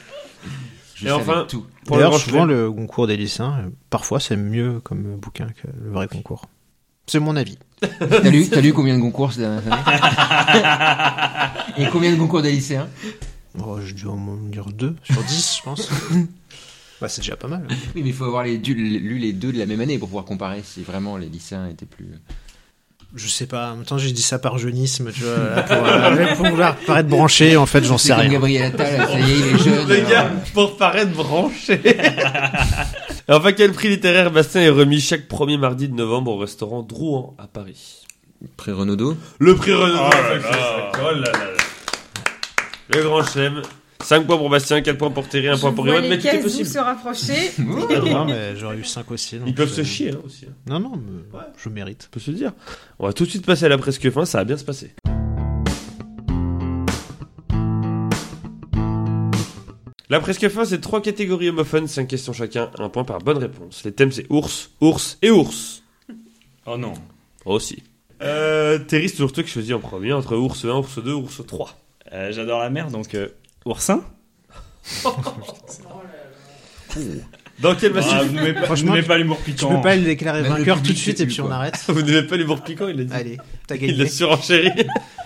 [SPEAKER 2] Je
[SPEAKER 1] Et
[SPEAKER 2] savais
[SPEAKER 1] enfin-
[SPEAKER 2] tout.
[SPEAKER 1] Pour le grand
[SPEAKER 4] D'ailleurs, souvent,
[SPEAKER 1] chelem.
[SPEAKER 4] le concours des lycéens, euh, parfois, c'est mieux comme bouquin que le vrai concours. C'est mon avis.
[SPEAKER 2] T'as lu, t'as lu combien de Goncourt ces dernières années Et combien de Goncourt des lycéens
[SPEAKER 4] Oh, je dois en dire 2 sur 10, je pense. bah, c'est déjà pas mal.
[SPEAKER 2] Oui, mais il faut avoir les, du- lu les deux de la même année pour pouvoir comparer si vraiment les lycéens étaient plus. euh,
[SPEAKER 4] Je sais pas, en même temps, j'ai dit ça par jeunisme, tu vois, là, pour, euh, pour vouloir paraître branché, en fait, j'en
[SPEAKER 2] C'est
[SPEAKER 4] sais
[SPEAKER 2] comme
[SPEAKER 4] rien.
[SPEAKER 2] Gabriel Attal, ça y est, il est jeune. euh.
[SPEAKER 1] Les
[SPEAKER 2] alors,
[SPEAKER 1] gars, pour paraître branché. enfin, quel prix littéraire Bastien est remis chaque premier mardi de novembre au restaurant Drouan à Paris
[SPEAKER 2] euh, Prix Renaudot.
[SPEAKER 1] Le prix Renaud.
[SPEAKER 8] Oh là là.
[SPEAKER 1] Le grand chelem. 5 points pour Bastien, 4 points pour Thierry, 1 point pour Riwan, mais tout est possible.
[SPEAKER 5] se rapprocher.
[SPEAKER 4] Non, mais j'aurais eu 5 aussi. donc,
[SPEAKER 1] Ils peuvent se
[SPEAKER 4] euh,
[SPEAKER 1] chier hein, aussi, hein,
[SPEAKER 4] Non, non, mais je mérite.
[SPEAKER 1] on peut se dire. On va tout de suite passer à la presque fin, ça va bien se passer. La presque fin, c'est trois catégories homophones, 5 questions chacun, un point par bonne réponse. Les thèmes, c'est ours, ours et ours.
[SPEAKER 8] Oh non.
[SPEAKER 3] Aussi.
[SPEAKER 1] Euh, Terry, c'est toujours toi qui choisis en premier entre ours 1, ours 2, ours 3.
[SPEAKER 8] Euh, J'adore la mer, donc euh, oursin.
[SPEAKER 1] Dans quel massif
[SPEAKER 8] Ah, vous n'aimez pas- vous
[SPEAKER 4] Franchement,
[SPEAKER 8] n'aimez pas l'humour
[SPEAKER 4] Tu
[SPEAKER 8] piquant.
[SPEAKER 4] peux pas le déclarer
[SPEAKER 2] Même le
[SPEAKER 4] vainqueur tout de
[SPEAKER 2] public
[SPEAKER 4] suite
[SPEAKER 2] s'est
[SPEAKER 4] et
[SPEAKER 2] bu,
[SPEAKER 4] puis on
[SPEAKER 2] quoi.
[SPEAKER 4] arrête.
[SPEAKER 1] Vous n'aimez pas l'humour piquant, il l'a dit.
[SPEAKER 4] Allez, t'as
[SPEAKER 1] Il l'a
[SPEAKER 4] Ah, gagné.
[SPEAKER 1] surenchéri.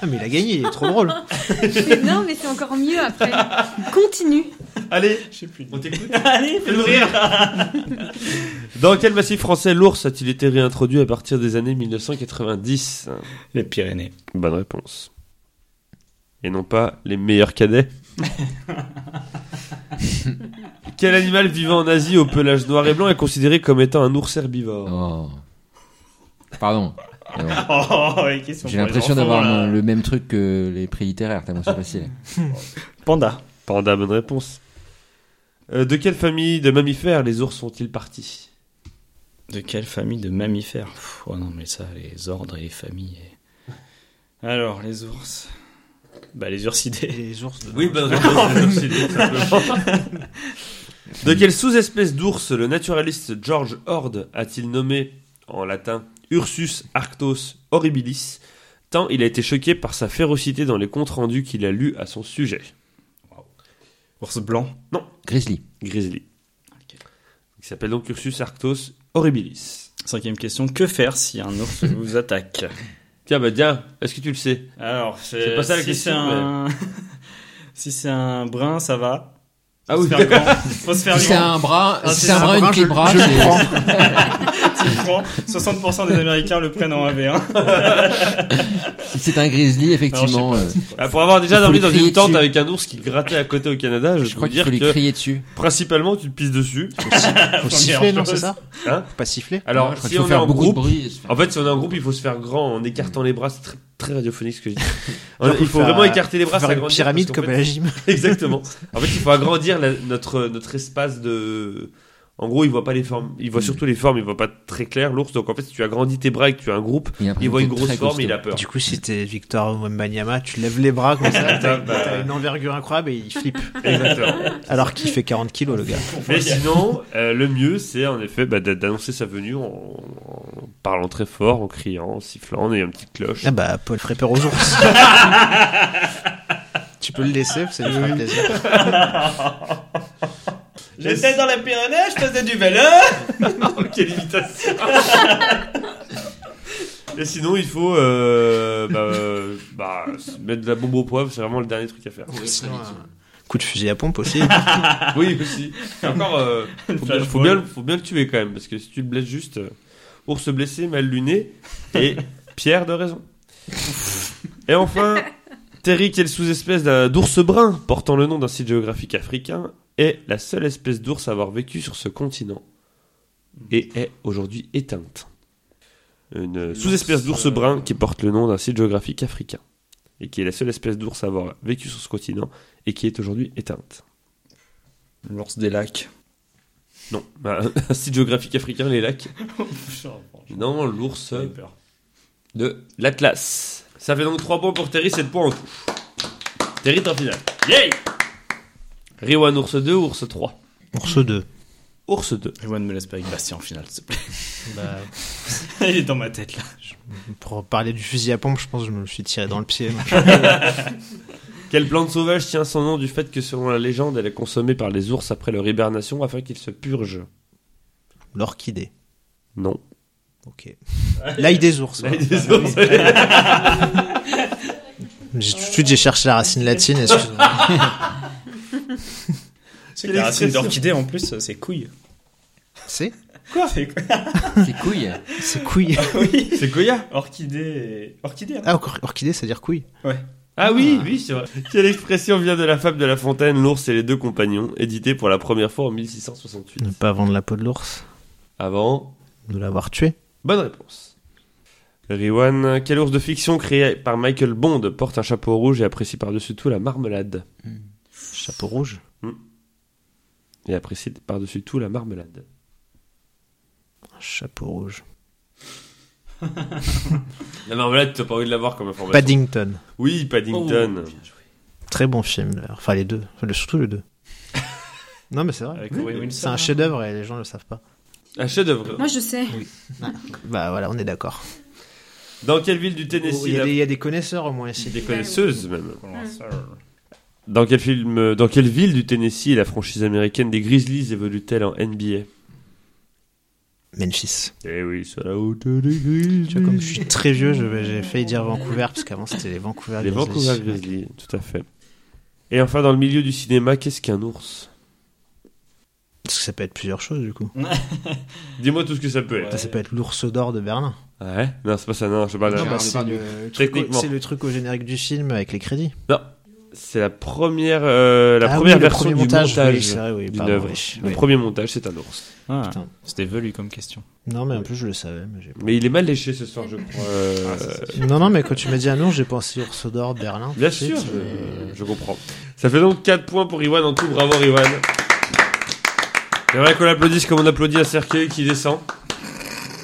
[SPEAKER 4] Ah, mais il a gagné, il est trop drôle.
[SPEAKER 5] Mais non, mais c'est encore mieux après. Continue.
[SPEAKER 1] Allez,
[SPEAKER 8] Je sais plus.
[SPEAKER 1] on t'écoute.
[SPEAKER 8] Allez, fais-le rire.
[SPEAKER 1] Dans quel massif français l'ours a-t-il été réintroduit à partir des années 1990
[SPEAKER 8] Les Pyrénées.
[SPEAKER 1] Bonne réponse. Et non pas les meilleurs cadets. Quel animal vivant en Asie au pelage noir et blanc est considéré comme étant un ours herbivore
[SPEAKER 2] Oh. Pardon. Mais bon.
[SPEAKER 8] Oh, les questions
[SPEAKER 2] J'ai
[SPEAKER 8] pour les enfants,
[SPEAKER 2] l'impression d'avoir
[SPEAKER 8] là.
[SPEAKER 2] mon- le même truc que les prix littéraires, tellement c'est facile.
[SPEAKER 8] Panda.
[SPEAKER 1] Panda, bonne réponse. Euh, de quelle famille de mammifères les ours sont-ils partis
[SPEAKER 8] De quelle famille de mammifères Pff, Oh non, mais ça, les ordres et les familles. et- Alors, les ours. Bah, les
[SPEAKER 4] Et
[SPEAKER 8] ursidés.
[SPEAKER 4] les ours. de-
[SPEAKER 1] bah- ben, De quelle sous-espèce d'ours le naturaliste George Horde a-t-il nommé en latin Ursus arctos horribilis tant il a été choqué par sa férocité dans les comptes rendus qu'il a lus à son sujet
[SPEAKER 8] Ours blanc.
[SPEAKER 2] Grizzly.
[SPEAKER 1] Grizzly. Il s'appelle donc Ursus arctos horribilis.
[SPEAKER 8] Cinquième question. Que faire si un ours vous attaque
[SPEAKER 1] Tiens, bah tiens, est-ce que tu le sais
[SPEAKER 8] Alors,
[SPEAKER 1] C'est pas ça la
[SPEAKER 8] si
[SPEAKER 1] question,
[SPEAKER 8] c'est un- si c'est un brun, ça va.
[SPEAKER 1] Ah
[SPEAKER 8] Faut
[SPEAKER 1] oui,
[SPEAKER 8] se faire grand. Faut se faire
[SPEAKER 2] Si c'est
[SPEAKER 8] grand.
[SPEAKER 2] un bras,
[SPEAKER 8] Ah,
[SPEAKER 2] si
[SPEAKER 8] c'est
[SPEAKER 2] c'est un
[SPEAKER 8] un
[SPEAKER 2] bras, une
[SPEAKER 4] bras,
[SPEAKER 2] clé
[SPEAKER 4] je-
[SPEAKER 2] bras,
[SPEAKER 4] je le
[SPEAKER 2] c'est-
[SPEAKER 4] prends.
[SPEAKER 8] Tu le prends. 60% des Américains le prennent en AV1.
[SPEAKER 2] si c'est un grizzly, effectivement.
[SPEAKER 8] Non, je
[SPEAKER 2] euh,
[SPEAKER 1] Ah, pour avoir déjà
[SPEAKER 2] Faut
[SPEAKER 1] dormi
[SPEAKER 2] lui
[SPEAKER 1] dans
[SPEAKER 2] crier
[SPEAKER 1] une tente
[SPEAKER 2] dessus.
[SPEAKER 1] avec un ours qui grattait à côté au Canada, je,
[SPEAKER 2] je
[SPEAKER 1] peux
[SPEAKER 2] crois
[SPEAKER 1] vous
[SPEAKER 2] qu'il faut
[SPEAKER 1] dire
[SPEAKER 2] lui
[SPEAKER 1] que
[SPEAKER 2] crier dessus.
[SPEAKER 1] principalement tu te pisses dessus.
[SPEAKER 4] Faut siffler, non, c'est ça
[SPEAKER 1] Hein
[SPEAKER 4] Faut pas siffler.
[SPEAKER 1] Alors,
[SPEAKER 2] Je crois
[SPEAKER 1] si
[SPEAKER 2] qu'il faut
[SPEAKER 1] on est
[SPEAKER 2] faire
[SPEAKER 1] en
[SPEAKER 2] beaucoup de
[SPEAKER 1] groupe,
[SPEAKER 2] bruit. et se faire-
[SPEAKER 1] en fait, si on est en groupe, il faut se faire grand en écartant les bras. C'est très, très radiophonique ce que je dis. On-
[SPEAKER 4] Genre,
[SPEAKER 1] il faut vraiment
[SPEAKER 4] faire-
[SPEAKER 1] écarter les bras,
[SPEAKER 4] faire une
[SPEAKER 1] s'agrandir,
[SPEAKER 4] pyramide
[SPEAKER 1] parce qu'en
[SPEAKER 4] comme à la gym.
[SPEAKER 1] fait- Exactement. En fait, il faut agrandir la- notre notre espace de. En gros, il voit pas les formes. Il voit
[SPEAKER 2] Mm.
[SPEAKER 1] surtout les formes. Il voit pas très clair l'ours. Donc, en fait, si tu agrandis tes bras et que tu as un groupe,
[SPEAKER 2] Il, a un
[SPEAKER 1] il voit une
[SPEAKER 2] très
[SPEAKER 1] grosse forme,
[SPEAKER 2] costaud.
[SPEAKER 1] il a peur.
[SPEAKER 4] Du coup, si t'es Victor Wembanyama, tu lèves les bras comme ça, t'as
[SPEAKER 1] Bah.
[SPEAKER 4] t'as une envergure incroyable et il flippe.
[SPEAKER 1] Exactement.
[SPEAKER 4] Alors qu'il fait 40 kilos, le gars.
[SPEAKER 1] Mais sinon, euh, le mieux, c'est en effet bah, d'a- d'annoncer sa venue en, en parlant très fort, en criant, en sifflant, en ayant une petite cloche.
[SPEAKER 4] Ah bah, Paul ferait peur aux ours. tu peux le laisser, ça lui fera plaisir.
[SPEAKER 8] J'étais dans la Pyrénées, je faisais du vélo.
[SPEAKER 1] Oh, Quelle imitation Et sinon, il faut euh, bah, euh, bah, se mettre de la bombe au poivre, c'est vraiment le dernier truc à faire.
[SPEAKER 4] Sinon, euh, un Coup de fusil à pompe aussi.
[SPEAKER 1] Oui, aussi. Et encore, euh, faut, bien, faut, bien, le- faut bien le tuer quand même, parce que si tu le blesses juste, euh, ours se blesser, mal luné, et Pierre de raison. Et enfin, Terry, quelle sous-espèce d'un- d'ours brun, portant le nom d'un site géographique africain, est la seule espèce d'ours à avoir vécu sur ce continent, et est aujourd'hui éteinte. Une sous-espèce d'ours brun qui porte le nom d'un site géographique africain, et qui est la seule espèce d'ours à avoir vécu sur ce continent, et qui est aujourd'hui éteinte.
[SPEAKER 8] L'ours des lacs.
[SPEAKER 1] Non, bah, un site géographique africain, les lacs. Non, l'ours de l'Atlas. Ça fait donc 3 points pour Terry, 7 points en tout. Terry, t'es en finale. Yay Riwan, ours 2, ours 3.
[SPEAKER 4] Ours 2.
[SPEAKER 1] Ours 2.
[SPEAKER 8] Ewan me laisse pas avec Bastien en finale, s'il te plaît.
[SPEAKER 4] Bah,
[SPEAKER 8] Il est dans ma tête là.
[SPEAKER 4] pour parler du fusil à pompe, je pense que je me suis tiré dans le pied.
[SPEAKER 1] Quelle plante sauvage tient son nom du fait que selon la légende, elle est consommée par les ours après leur hibernation afin qu'ils se purgent
[SPEAKER 4] L'orchidée.
[SPEAKER 1] Non.
[SPEAKER 4] Ok. L'ail des ours. voilà.
[SPEAKER 1] des ours.
[SPEAKER 4] J'ai- Tout de suite, j'ai cherché la racine latine, excuse-moi.
[SPEAKER 8] C'est la racine d'orchidée en plus, c'est couille.
[SPEAKER 4] C'est
[SPEAKER 8] Quoi C'est
[SPEAKER 2] C'est couille.
[SPEAKER 4] C'est couille.
[SPEAKER 8] Oui.
[SPEAKER 1] C'est Goya
[SPEAKER 8] Orchidée. et- Orchidée. hein.
[SPEAKER 4] Ah, or- orchidée, c'est-à-dire couille.
[SPEAKER 1] Ah oui, oui, c'est vrai. Quelle expression vient de la fable de La Fontaine, l'ours et les deux compagnons, édité pour la première fois en 1668
[SPEAKER 4] Ne pas vendre la peau de l'ours,
[SPEAKER 1] Avant
[SPEAKER 4] de l'avoir tué.
[SPEAKER 1] Bonne réponse. Riwan, quel ours de fiction créé par Michael Bond porte un chapeau rouge et apprécie par-dessus tout la marmelade
[SPEAKER 4] Chapeau rouge.
[SPEAKER 1] Et apprécie par-dessus tout la marmelade.
[SPEAKER 4] Chapeau rouge.
[SPEAKER 1] La marmelade, t'as pas envie de l'avoir comme information
[SPEAKER 4] Paddington.
[SPEAKER 1] Oui, Paddington.
[SPEAKER 4] Très bon film, d'ailleurs. enfin les deux, Enfin, le- surtout le deux. non mais c'est vrai.
[SPEAKER 8] Avec Owen Wilson.
[SPEAKER 4] C'est un chef-d'œuvre et les gens ne le savent pas.
[SPEAKER 1] Un chef-d'œuvre.
[SPEAKER 5] Moi, je sais.
[SPEAKER 4] Bah voilà, on est d'accord.
[SPEAKER 1] Dans quelle ville du
[SPEAKER 4] Il
[SPEAKER 1] Tennessee
[SPEAKER 4] y, a
[SPEAKER 1] la-
[SPEAKER 4] des- il y a des connaisseurs au moins ici.
[SPEAKER 1] Des connaisseuses même. Dans quel film, euh, dans quelle ville du Tennessee la franchise américaine des Grizzlies évolue-t-elle en NBA
[SPEAKER 4] Memphis.
[SPEAKER 1] Eh oui, sur la haute des Grizzlies.
[SPEAKER 4] Tu vois, comme je suis très vieux, je vais- j'ai failli dire Vancouver, parce qu'avant c'était Ah, les Vancouver
[SPEAKER 1] Les
[SPEAKER 4] Grizzlies.
[SPEAKER 1] Vancouver Grizzlies, tout à fait. Et enfin, dans le milieu du cinéma, qu'est-ce qu'un ours
[SPEAKER 4] Parce que ça peut être plusieurs choses du coup.
[SPEAKER 1] Dis-moi tout ce que ça peut être.
[SPEAKER 4] Ça peut être l'ours d'or de Berlin.
[SPEAKER 1] Ouais Non, c'est pas ça, non, je sais pas.
[SPEAKER 4] Non,
[SPEAKER 1] Non,
[SPEAKER 4] bah, c'est le, truc au-
[SPEAKER 1] Techniquement.
[SPEAKER 4] c'est le truc au générique du film avec les crédits.
[SPEAKER 1] C'est la première, euh, la
[SPEAKER 4] Ah oui,
[SPEAKER 1] première
[SPEAKER 4] le
[SPEAKER 1] version
[SPEAKER 4] premier
[SPEAKER 1] du
[SPEAKER 4] montage,
[SPEAKER 1] montage,
[SPEAKER 4] oui, c'est vrai, oui,
[SPEAKER 1] d'une
[SPEAKER 4] pardon,
[SPEAKER 1] œuvre.
[SPEAKER 4] oui,
[SPEAKER 1] Le
[SPEAKER 4] oui.
[SPEAKER 1] premier montage, c'est un ours.
[SPEAKER 8] Ah,
[SPEAKER 4] Putain.
[SPEAKER 8] c'était velu comme question.
[SPEAKER 4] Non, mais en plus je le savais. Mais j'ai-
[SPEAKER 1] Mais il est mal léché ce soir, je crois.
[SPEAKER 4] Ah,
[SPEAKER 1] euh,
[SPEAKER 4] non, non, mais quand tu m'as dit un nom, j'ai pensé ours d'or Berlin. tout
[SPEAKER 1] Bien
[SPEAKER 4] de suite,
[SPEAKER 1] sûr,
[SPEAKER 4] mais-
[SPEAKER 1] je, je comprends. Ça fait donc 4 points pour Iwan en tout. Bravo, Iwan. C'est vrai qu'on l'applaudisse comme on applaudit un cercueil qui descend.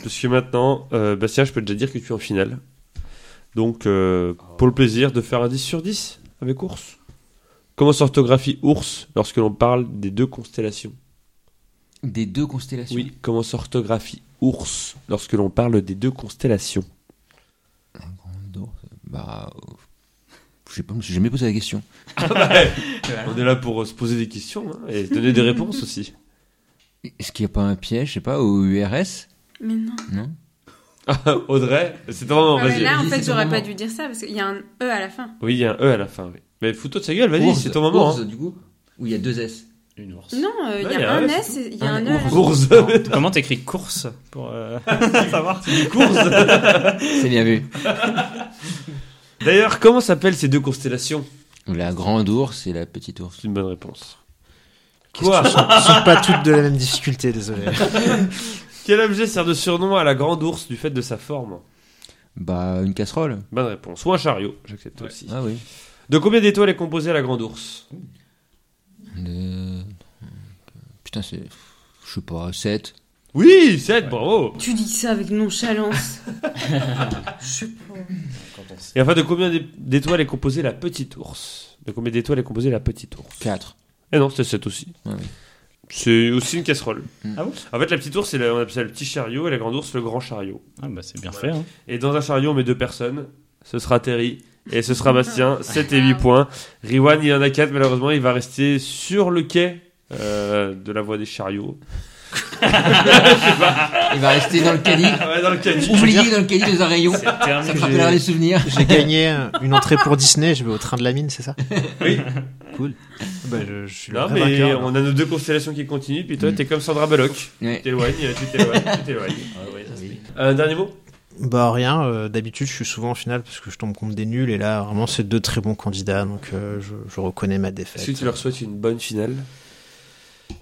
[SPEAKER 1] Puisque maintenant, euh, Bastien, je peux déjà dire que tu es en finale. Donc, euh, pour le plaisir de faire un 10 sur 10 avec ours. Comment s'orthographie ours lorsque l'on parle des deux constellations
[SPEAKER 2] Des deux constellations.
[SPEAKER 1] Oui, comment s'orthographie ours lorsque l'on parle des deux constellations
[SPEAKER 2] Un grand dos. Bah. euh, Je sais pas, je me suis jamais posé la question.
[SPEAKER 1] On est là pour euh, se poser des questions hein, et se donner des réponses aussi.
[SPEAKER 2] Est-ce qu'il n'y a pas un piège, je sais pas, au URS
[SPEAKER 5] Mais non.
[SPEAKER 2] Non
[SPEAKER 1] Audrey, c'est vraiment...
[SPEAKER 5] Ah, mais
[SPEAKER 1] vas-y.
[SPEAKER 5] là, en
[SPEAKER 2] Vas-y,
[SPEAKER 5] fait,
[SPEAKER 2] c'est
[SPEAKER 5] j'aurais
[SPEAKER 2] ton
[SPEAKER 5] pas
[SPEAKER 2] moment.
[SPEAKER 5] dû dire ça parce qu'il y a un E à la fin.
[SPEAKER 1] Oui, il y a un E à la fin, oui. Mais fous-toi de sa gueule, vas-y, c'est ton moment. hein.
[SPEAKER 2] du coup Où il y a deux S.
[SPEAKER 8] Une ours.
[SPEAKER 5] Non, euh, il
[SPEAKER 1] Ouais,
[SPEAKER 5] y a un
[SPEAKER 1] c'est
[SPEAKER 5] S, et il y a
[SPEAKER 1] Ah,
[SPEAKER 2] Un
[SPEAKER 5] un E. à la
[SPEAKER 2] ours.
[SPEAKER 5] fin.
[SPEAKER 1] Course
[SPEAKER 8] Comment t'écris course pour euh, savoir
[SPEAKER 1] Course
[SPEAKER 2] C'est bien vu.
[SPEAKER 1] D'ailleurs, comment s'appellent ces deux constellations
[SPEAKER 2] La grande ours et la petite ours.
[SPEAKER 1] C'est une bonne réponse.
[SPEAKER 4] Qu'est-ce que
[SPEAKER 1] Quoi
[SPEAKER 4] ce sont, ce sont pas toutes de la même difficulté, désolé.
[SPEAKER 1] Quel objet sert de surnom à la grande ours du fait de sa forme
[SPEAKER 2] Bah, une casserole.
[SPEAKER 1] Bonne réponse. Ou un chariot, j'accepte aussi.
[SPEAKER 2] Ah oui.
[SPEAKER 1] De combien d'étoiles est composée la grande ours
[SPEAKER 2] Deux- Putain, c'est. Je sais pas, 7.
[SPEAKER 1] Oui, 7, bravo
[SPEAKER 5] Tu dis ça avec nonchalance. je sais pas.
[SPEAKER 1] Et enfin, de combien d'é- d'étoiles est composée la petite ours De combien d'étoiles est composée la petite ours
[SPEAKER 2] 4.
[SPEAKER 1] Eh non, c'était 7 aussi.
[SPEAKER 2] Ouais, ouais.
[SPEAKER 1] C'est aussi une casserole.
[SPEAKER 8] Ah bon
[SPEAKER 1] En fait, la petite ours, c'est la- on appelle ça le petit chariot et la grande ours, le grand chariot.
[SPEAKER 8] Ah bah c'est bien fait. Hein.
[SPEAKER 1] Et dans un chariot, on met deux personnes. Ce sera Terry et ce sera Bastien. 7 et 8 points. Riwan, il en a 4. Malheureusement, il va rester sur le quai euh, de la voie des chariots.
[SPEAKER 2] Il va rester dans le caddie.
[SPEAKER 1] Ah Ouais, dans le quai.
[SPEAKER 2] Oublié dans le caddie dans un rayon. Ça
[SPEAKER 8] Terminé.
[SPEAKER 2] me rappellera les souvenirs.
[SPEAKER 4] J'ai gagné une entrée pour Disney, je vais au train de la mine, c'est ça
[SPEAKER 1] Oui.
[SPEAKER 4] Cool. Bah, je, je suis le
[SPEAKER 1] Non,
[SPEAKER 4] vrai
[SPEAKER 1] mais
[SPEAKER 4] vainqueur,
[SPEAKER 1] on a nos deux constellations qui continuent. Puis toi,
[SPEAKER 2] Mm.
[SPEAKER 1] t'es comme Sandra Bullock. Tu
[SPEAKER 2] Ouais.
[SPEAKER 1] t'éloignes, tu t'éloignes, tu t'éloignes. Un dernier mot
[SPEAKER 4] Bah rien, euh, d'habitude je suis souvent en finale parce que je tombe contre des nuls et là vraiment c'est deux très bons candidats donc euh, je, je reconnais ma défaite.
[SPEAKER 1] Est-ce que tu leur souhaites une bonne finale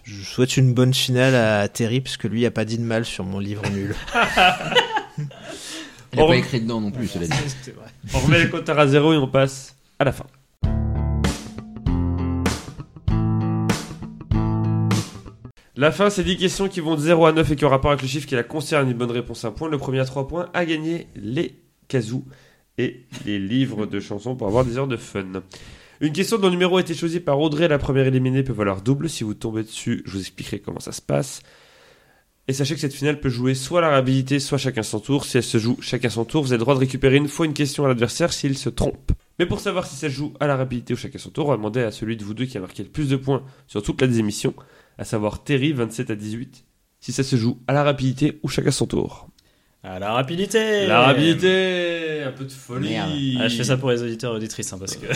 [SPEAKER 4] Je souhaite une bonne finale à Terry parce que lui a pas dit de mal sur mon livre nul.
[SPEAKER 2] Il a
[SPEAKER 1] Bon.
[SPEAKER 2] pas écrit dedans non plus, cela dit.
[SPEAKER 1] On remet le compteur à zéro et on passe à la fin. La fin, c'est 10 questions qui vont de 0 à 9 et qui ont rapport avec le chiffre qui la concerne. Une bonne réponse, un point. Le premier à 3 points a gagné les kazoo et les livres de chansons pour avoir des heures de fun. Une question dont le numéro a été choisi par Audrey, la première éliminée, peut valoir double. Si vous tombez dessus, je vous expliquerai comment ça se passe. Et sachez que cette finale peut jouer soit la réhabilité, soit chacun son tour. Si elle se joue chacun son tour, vous avez le droit de récupérer une fois une question à l'adversaire s'il se trompe. Mais pour savoir si ça se joue à la rapidité ou chacun son tour, on va demander à celui de vous deux qui a marqué le plus de points sur toute la désémission, à savoir Terry 27 à 18, si ça se joue à la rapidité ou chacun son tour.
[SPEAKER 8] À la
[SPEAKER 4] Eh.
[SPEAKER 8] rapidité.
[SPEAKER 1] La rapidité Un peu de folie
[SPEAKER 2] Merde.
[SPEAKER 8] Ah, je fais ça pour les auditeurs et auditrices hein, parce que.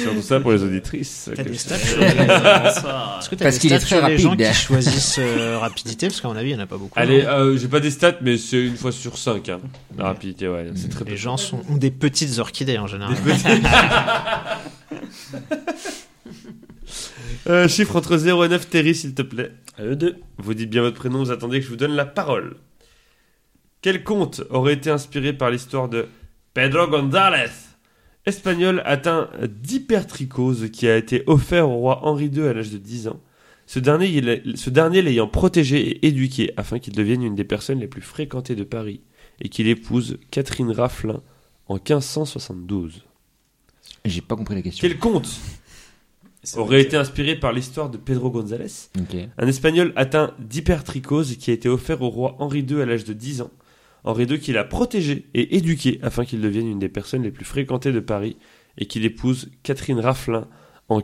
[SPEAKER 1] Surtout ça pour les auditrices.
[SPEAKER 4] T'as des stats
[SPEAKER 8] Bonsoir.
[SPEAKER 4] Est-ce que t'as
[SPEAKER 2] Parce
[SPEAKER 4] des
[SPEAKER 2] qu'il est
[SPEAKER 4] stats
[SPEAKER 2] très
[SPEAKER 4] sur les gens
[SPEAKER 2] rapide.
[SPEAKER 4] qui choisissent euh, rapidité parce qu'à mon avis il y en a pas beaucoup.
[SPEAKER 1] Allez,
[SPEAKER 4] hein.
[SPEAKER 1] euh, j'ai pas des stats, mais c'est une fois sur cinq. hein. La rapidité, ouais, c'est très peu.
[SPEAKER 4] les gens sont ont des petites orchidées en général.
[SPEAKER 1] Euh, chiffre entre 0 et 9, Terry, s'il te plaît.
[SPEAKER 8] E2.
[SPEAKER 1] Vous dites bien votre prénom, vous attendez que je vous donne la parole. Quel conte aurait été inspiré par l'histoire de Pedro González, espagnol atteint d'hypertrichose qui a été offert au roi Henri II à l'âge de 10 ans. Ce dernier, il est- ce dernier l'ayant protégé et éduqué afin qu'il devienne une des personnes les plus fréquentées de Paris et qu'il épouse Catherine Raffelin en 1572.
[SPEAKER 2] J'ai pas compris la question.
[SPEAKER 1] Quel conte
[SPEAKER 3] C'est
[SPEAKER 1] aurait
[SPEAKER 3] vrai
[SPEAKER 1] été inspiré par l'histoire de Pedro González,
[SPEAKER 2] Ok.
[SPEAKER 1] un Espagnol atteint d'hypertrichose qui a été offert au roi Henri II à l'âge de 10 ans. Henri II qui l'a protégé et éduqué afin qu'il devienne une des personnes les plus fréquentées de Paris et qu'il épouse Catherine Raffelin en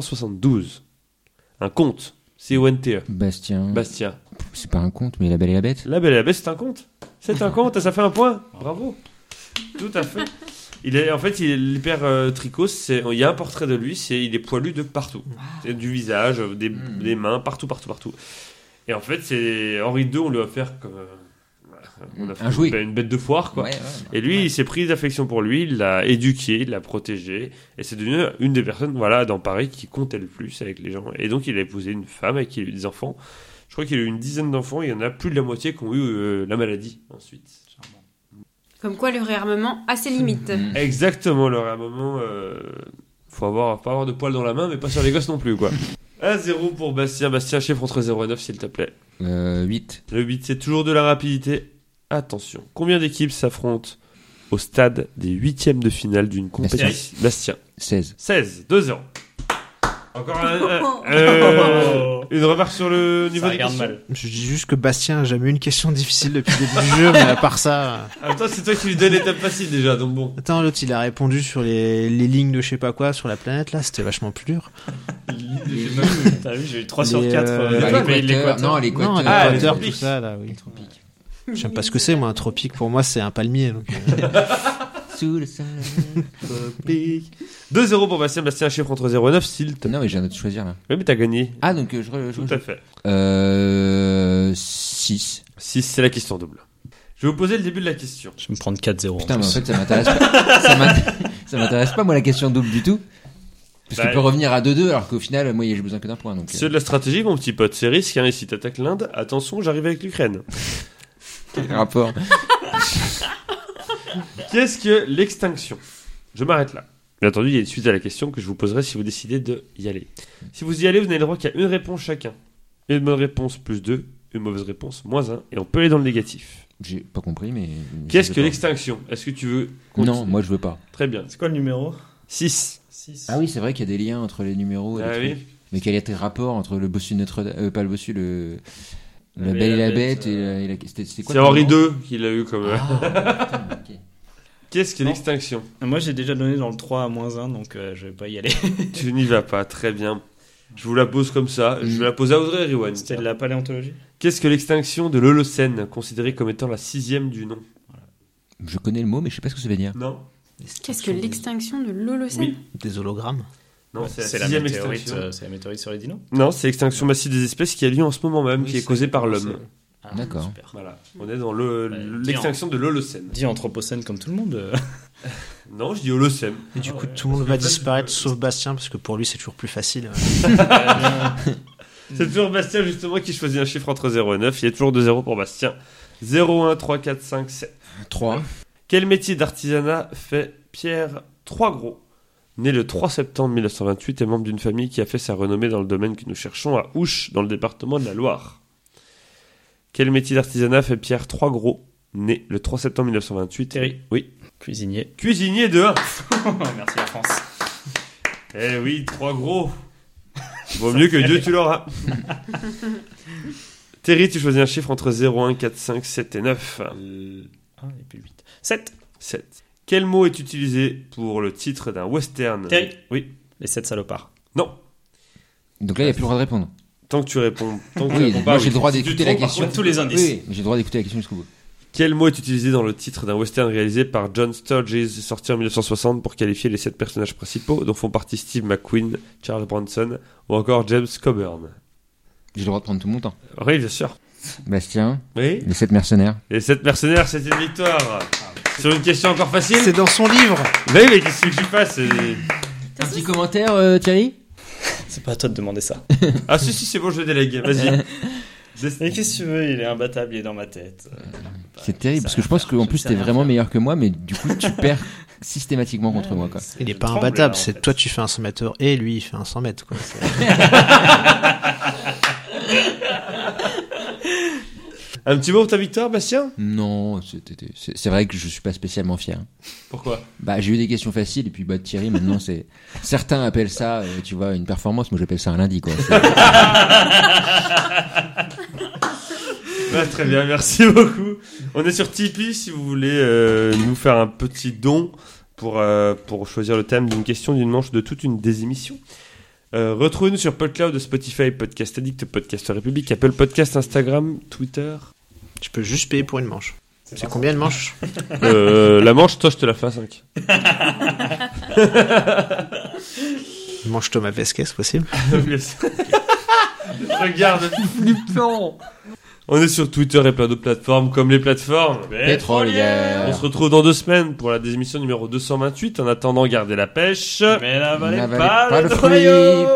[SPEAKER 1] 1572. Un conte, C-O-N-T-E.
[SPEAKER 2] Bastien.
[SPEAKER 1] E, Bastien.
[SPEAKER 2] C'est pas un conte, mais La Belle et la Bête.
[SPEAKER 1] La Belle et la Bête, c'est un conte. C'est un conte, et ça fait un point. Bravo. Tout à fait. Il est, en fait, il est l'hyper euh, tricot, c'est, il y a un portrait de lui, c'est, il est poilu de partout. C'est du visage, euh, des,
[SPEAKER 2] Mm.
[SPEAKER 1] des mains, partout, partout, partout. Et en fait, c'est Henri II, on lui a offert comme. euh, voilà, on a
[SPEAKER 2] Hmm. Un
[SPEAKER 1] fait
[SPEAKER 2] jouet.
[SPEAKER 1] une bête de foire, quoi.
[SPEAKER 2] Ouais, ouais.
[SPEAKER 1] Et lui, il s'est pris d'affection pour lui, il l'a éduqué, il l'a protégé, et c'est devenu une des personnes, voilà, dans Paris qui comptait le plus avec les gens. Et donc, il a épousé une femme avec qui il a eu des enfants. Je crois qu'il a eu une dizaine d'enfants, il y en a plus de la moitié qui ont eu euh, la maladie ensuite.
[SPEAKER 5] Comme quoi le réarmement a
[SPEAKER 1] Hmm.
[SPEAKER 5] ses limites.
[SPEAKER 2] Mm.
[SPEAKER 1] Exactement, leur à un moment, euh, faut avoir, faut avoir de poils dans la main, mais pas sur les gosses non plus, quoi. 1-0 pour Bastien, Bastien, chiffre entre 0 et 9, s'il te plaît.
[SPEAKER 2] Euh, 8.
[SPEAKER 1] Le 8, c'est toujours de la rapidité. Attention, combien d'équipes s'affrontent au stade des huitièmes de finale d'une compétition Bastien.
[SPEAKER 2] 16.
[SPEAKER 1] 16, 2 0 Encore un, un- euh, une remarque sur le niveau
[SPEAKER 3] Ça
[SPEAKER 1] des
[SPEAKER 3] regarde
[SPEAKER 1] questions.
[SPEAKER 3] mal.
[SPEAKER 4] Je dis juste que Bastien a jamais eu une question difficile depuis le début du jeu, mais à part ça. euh,
[SPEAKER 1] En même temps, c'est Ah, toi qui lui donnes l'étape facile déjà, donc bon.
[SPEAKER 4] Attends, l'autre il a répondu sur les, les lignes de je sais pas quoi sur la planète là, c'était vachement plus dur.
[SPEAKER 3] T'as vu, j'ai eu 3
[SPEAKER 4] Les,
[SPEAKER 3] sur 4.
[SPEAKER 4] euh,
[SPEAKER 3] euh,
[SPEAKER 4] bah,
[SPEAKER 3] dans le pays de
[SPEAKER 2] l'équateur.
[SPEAKER 3] l'Équateur.
[SPEAKER 2] Non,
[SPEAKER 4] Non, euh,
[SPEAKER 2] l'équateur.
[SPEAKER 1] Ah, les
[SPEAKER 4] l'équateur, tout
[SPEAKER 1] tropiques.
[SPEAKER 4] ça là, oui.
[SPEAKER 2] tropiques.
[SPEAKER 4] J'aime pas ce que c'est moi, un tropique pour moi c'est un palmier. donc, euh,
[SPEAKER 2] Sous le soleil.
[SPEAKER 1] 2 0 pour Bastien, Bastien, un chiffre entre 0 et 9, s'il te plaît.
[SPEAKER 2] non, mais j'ai un autre choisir là.
[SPEAKER 1] Oui, mais t'as gagné.
[SPEAKER 2] Ah, donc euh, je. re- je-
[SPEAKER 1] Tout à fait.
[SPEAKER 2] Euh. 6.
[SPEAKER 1] 6, c'est la question double. Je vais vous poser le début de la question.
[SPEAKER 8] Je vais me prendre 4-0. en
[SPEAKER 2] Putain, mais en
[SPEAKER 8] plus.
[SPEAKER 2] fait, ça m'intéresse pas. ça m'int- ça m'intéresse pas, moi, la question double du tout. Parce
[SPEAKER 1] Bah,
[SPEAKER 2] qu'on peut revenir à 2-2, alors qu'au final, moi, j'ai besoin que d'un point. Donc, euh,
[SPEAKER 1] C'est de la stratégie, mon petit pote. C'est risque, hein, et si t'attaques l'Inde, attention, j'arrive avec l'Ukraine.
[SPEAKER 2] quel rapport.
[SPEAKER 1] Qu'est-ce que l'extinction Je m'arrête là. Bien entendu, il y a une suite à la question que je vous poserai si vous décidez de y aller. Si vous y allez, vous n'avez le droit qu'à une réponse chacun. Une bonne réponse plus deux, une mauvaise réponse moins un, et on peut aller dans le négatif.
[SPEAKER 2] J'ai pas compris, mais.
[SPEAKER 1] Qu'est-ce que
[SPEAKER 2] je sais
[SPEAKER 1] l'extinction Est-ce que tu veux
[SPEAKER 2] pas.
[SPEAKER 1] continuer
[SPEAKER 2] Non, moi, je veux pas.
[SPEAKER 1] Très bien.
[SPEAKER 8] C'est quoi le numéro
[SPEAKER 1] 6.
[SPEAKER 8] 6.
[SPEAKER 2] Ah oui, c'est vrai qu'il y a des liens entre les numéros. Et
[SPEAKER 1] Ah
[SPEAKER 2] les
[SPEAKER 1] oui
[SPEAKER 2] trucs. Mais quel était le rapport entre le bossu de Notre euh, pas le bossu, le.
[SPEAKER 8] La
[SPEAKER 2] La
[SPEAKER 8] Belle
[SPEAKER 2] belle et la bête, et, la- et la... c'était- c'était quoi
[SPEAKER 1] C'est
[SPEAKER 2] le
[SPEAKER 1] Henri
[SPEAKER 2] nom
[SPEAKER 1] II qui l'a eu comme.
[SPEAKER 2] Ah, putain, ok.
[SPEAKER 1] Qu'est-ce que
[SPEAKER 8] Non.
[SPEAKER 1] l'extinction
[SPEAKER 8] Moi, j'ai déjà donné dans le 3 à moins 1, donc euh, je vais pas y aller.
[SPEAKER 1] Tu n'y vas pas, très bien. Je vous la pose comme ça. Je vais la pose à Audrey Riwan.
[SPEAKER 8] C'était de la paléontologie
[SPEAKER 1] Qu'est-ce que l'extinction de l'Holocène, considérée comme étant la sixième du nom
[SPEAKER 2] Je connais le mot, mais je sais pas ce que ça veut dire.
[SPEAKER 1] Non
[SPEAKER 5] Qu'est-ce que l'extinction de l'Holocène
[SPEAKER 8] Oui.
[SPEAKER 4] des hologrammes.
[SPEAKER 1] Non,
[SPEAKER 8] Ouais,
[SPEAKER 1] c'est la
[SPEAKER 8] la
[SPEAKER 1] sixième
[SPEAKER 8] météorite,
[SPEAKER 1] extinction.
[SPEAKER 8] euh, c'est la météorite sur les dinos
[SPEAKER 1] Non, c'est l'extinction massive des espèces qui a lieu en ce moment même,
[SPEAKER 4] Oui,
[SPEAKER 1] qui est
[SPEAKER 4] c'est-
[SPEAKER 1] causée par
[SPEAKER 4] c'est- Bah,
[SPEAKER 1] l'homme.
[SPEAKER 8] Ah,
[SPEAKER 2] D'accord.
[SPEAKER 8] super.
[SPEAKER 1] Voilà, on est dans le-
[SPEAKER 8] Ouais,
[SPEAKER 1] l'extinction de l'Holocène.
[SPEAKER 8] Dis anthropocène comme tout le monde. euh.
[SPEAKER 1] Non, je dis Holocène.
[SPEAKER 4] Et du coup, tout le monde va disparaître sauf Bastien parce que pour lui c'est toujours plus facile.
[SPEAKER 1] C'est toujours Bastien justement qui choisit un chiffre entre 0 et 9. Il y a toujours de 0 pour Bastien. 0, 1, 3, 4, 5, 7.
[SPEAKER 2] 3.
[SPEAKER 1] Quel métier d'artisanat fait Pierre Trois-Gros Né le 3 septembre 1928 et membre d'une famille qui a fait sa renommée dans le domaine que nous cherchons à Ouche, dans le département de la Loire. Quel métier d'artisanat fait Pierre Trois-Gros Né le 3 septembre 1928.
[SPEAKER 8] Terry.
[SPEAKER 1] Oui.
[SPEAKER 8] Cuisinier.
[SPEAKER 1] Cuisinier de 1.
[SPEAKER 8] Merci la France.
[SPEAKER 1] Eh oui, trois gros. Vaut mieux que Dieu tu l'auras. Terry, tu choisis un chiffre entre 0, 1, 4, 5, 7 et 9.
[SPEAKER 8] 1 Euh, et puis 8. 7.
[SPEAKER 1] 7. Quel mot est utilisé pour le titre d'un western
[SPEAKER 8] Terry.
[SPEAKER 1] Oui.
[SPEAKER 8] Les 7 salopards.
[SPEAKER 1] Non.
[SPEAKER 2] Donc là, il n'y a plus le droit de répondre.
[SPEAKER 1] Tant que tu réponds. Tant que tu
[SPEAKER 2] Oui,
[SPEAKER 1] réponds
[SPEAKER 2] moi,
[SPEAKER 1] pas,
[SPEAKER 2] j'ai le droit
[SPEAKER 1] Si tu
[SPEAKER 2] d'écouter
[SPEAKER 1] te trompes, par
[SPEAKER 2] la question.
[SPEAKER 1] contre,
[SPEAKER 8] tous les indices.
[SPEAKER 2] Oui, mais j'ai le droit d'écouter la question jusqu'au bout.
[SPEAKER 1] Quel mot est utilisé dans le titre d'un western réalisé par John Sturges, sorti en 1960 pour qualifier les 7 personnages principaux, dont font partie Steve McQueen, Charles Bronson ou encore James Coburn
[SPEAKER 2] J'ai le droit de prendre tout mon temps.
[SPEAKER 1] Oui, bien sûr.
[SPEAKER 2] Bastien,
[SPEAKER 1] Oui.
[SPEAKER 2] les 7 mercenaires.
[SPEAKER 1] Et cette mercenaire, c'est une victoire. Sur une question encore facile.
[SPEAKER 4] C'est dans son livre.
[SPEAKER 1] Mais, mais qu'est-ce que tu fasses
[SPEAKER 2] Un petit commentaire, euh, Thierry
[SPEAKER 8] C'est pas à toi de demander ça.
[SPEAKER 1] Ah si, si, c'est bon, je délègue. Vas-y.
[SPEAKER 8] Mais
[SPEAKER 1] Destiny.
[SPEAKER 8] qu'est-ce que tu veux Il est imbattable, il est dans ma tête. Euh,
[SPEAKER 2] C'est terrible,
[SPEAKER 8] Ça
[SPEAKER 2] parce que je
[SPEAKER 8] va
[SPEAKER 2] pense
[SPEAKER 8] faire,
[SPEAKER 2] qu'en
[SPEAKER 8] je
[SPEAKER 2] plus,
[SPEAKER 8] sais
[SPEAKER 2] t'es
[SPEAKER 8] rien
[SPEAKER 2] vraiment
[SPEAKER 8] faire.
[SPEAKER 2] meilleur que moi, mais du coup, tu perds systématiquement
[SPEAKER 8] Ah
[SPEAKER 2] contre moi, quoi.
[SPEAKER 4] Il est
[SPEAKER 8] Je
[SPEAKER 4] pas
[SPEAKER 8] tremble,
[SPEAKER 4] imbattable,
[SPEAKER 8] là, en
[SPEAKER 4] c'est
[SPEAKER 8] fait.
[SPEAKER 4] toi tu fais un 100 mètres et lui il fait un 100 mètres quoi. C'est-
[SPEAKER 1] Un petit mot pour ta victoire, Bastien
[SPEAKER 2] Non, c'était- c'est c'est vrai que je suis pas spécialement fier.
[SPEAKER 1] Pourquoi
[SPEAKER 2] Bah, j'ai eu des questions faciles et puis bah Thierry maintenant c'est certains appellent ça euh, tu vois une performance moi j'appelle ça un lundi quoi.
[SPEAKER 1] Ah, Très bien, merci beaucoup. On est sur Tipeee si vous voulez euh, nous faire un petit don pour, euh, pour choisir le thème d'une question, d'une manche, de toute une des émissions. Euh, Retrouvez-nous sur PodCloud, Spotify, Podcast Addict, Podcast République, Apple Podcast, Instagram, Twitter.
[SPEAKER 4] Je peux juste payer pour une manche. C'est combien de manches
[SPEAKER 1] Euh, la manche, toi, je te la fais à 5.
[SPEAKER 4] Une manche Thomas Pesquet, c'est possible
[SPEAKER 1] Regarde, flippant. On est sur Twitter et plein d'autres plateformes, comme les plateformes.
[SPEAKER 2] Pétrole
[SPEAKER 1] On se retrouve dans deux semaines pour la désémission numéro 228. En attendant, gardez la pêche.
[SPEAKER 2] N'avalez pas le fruit.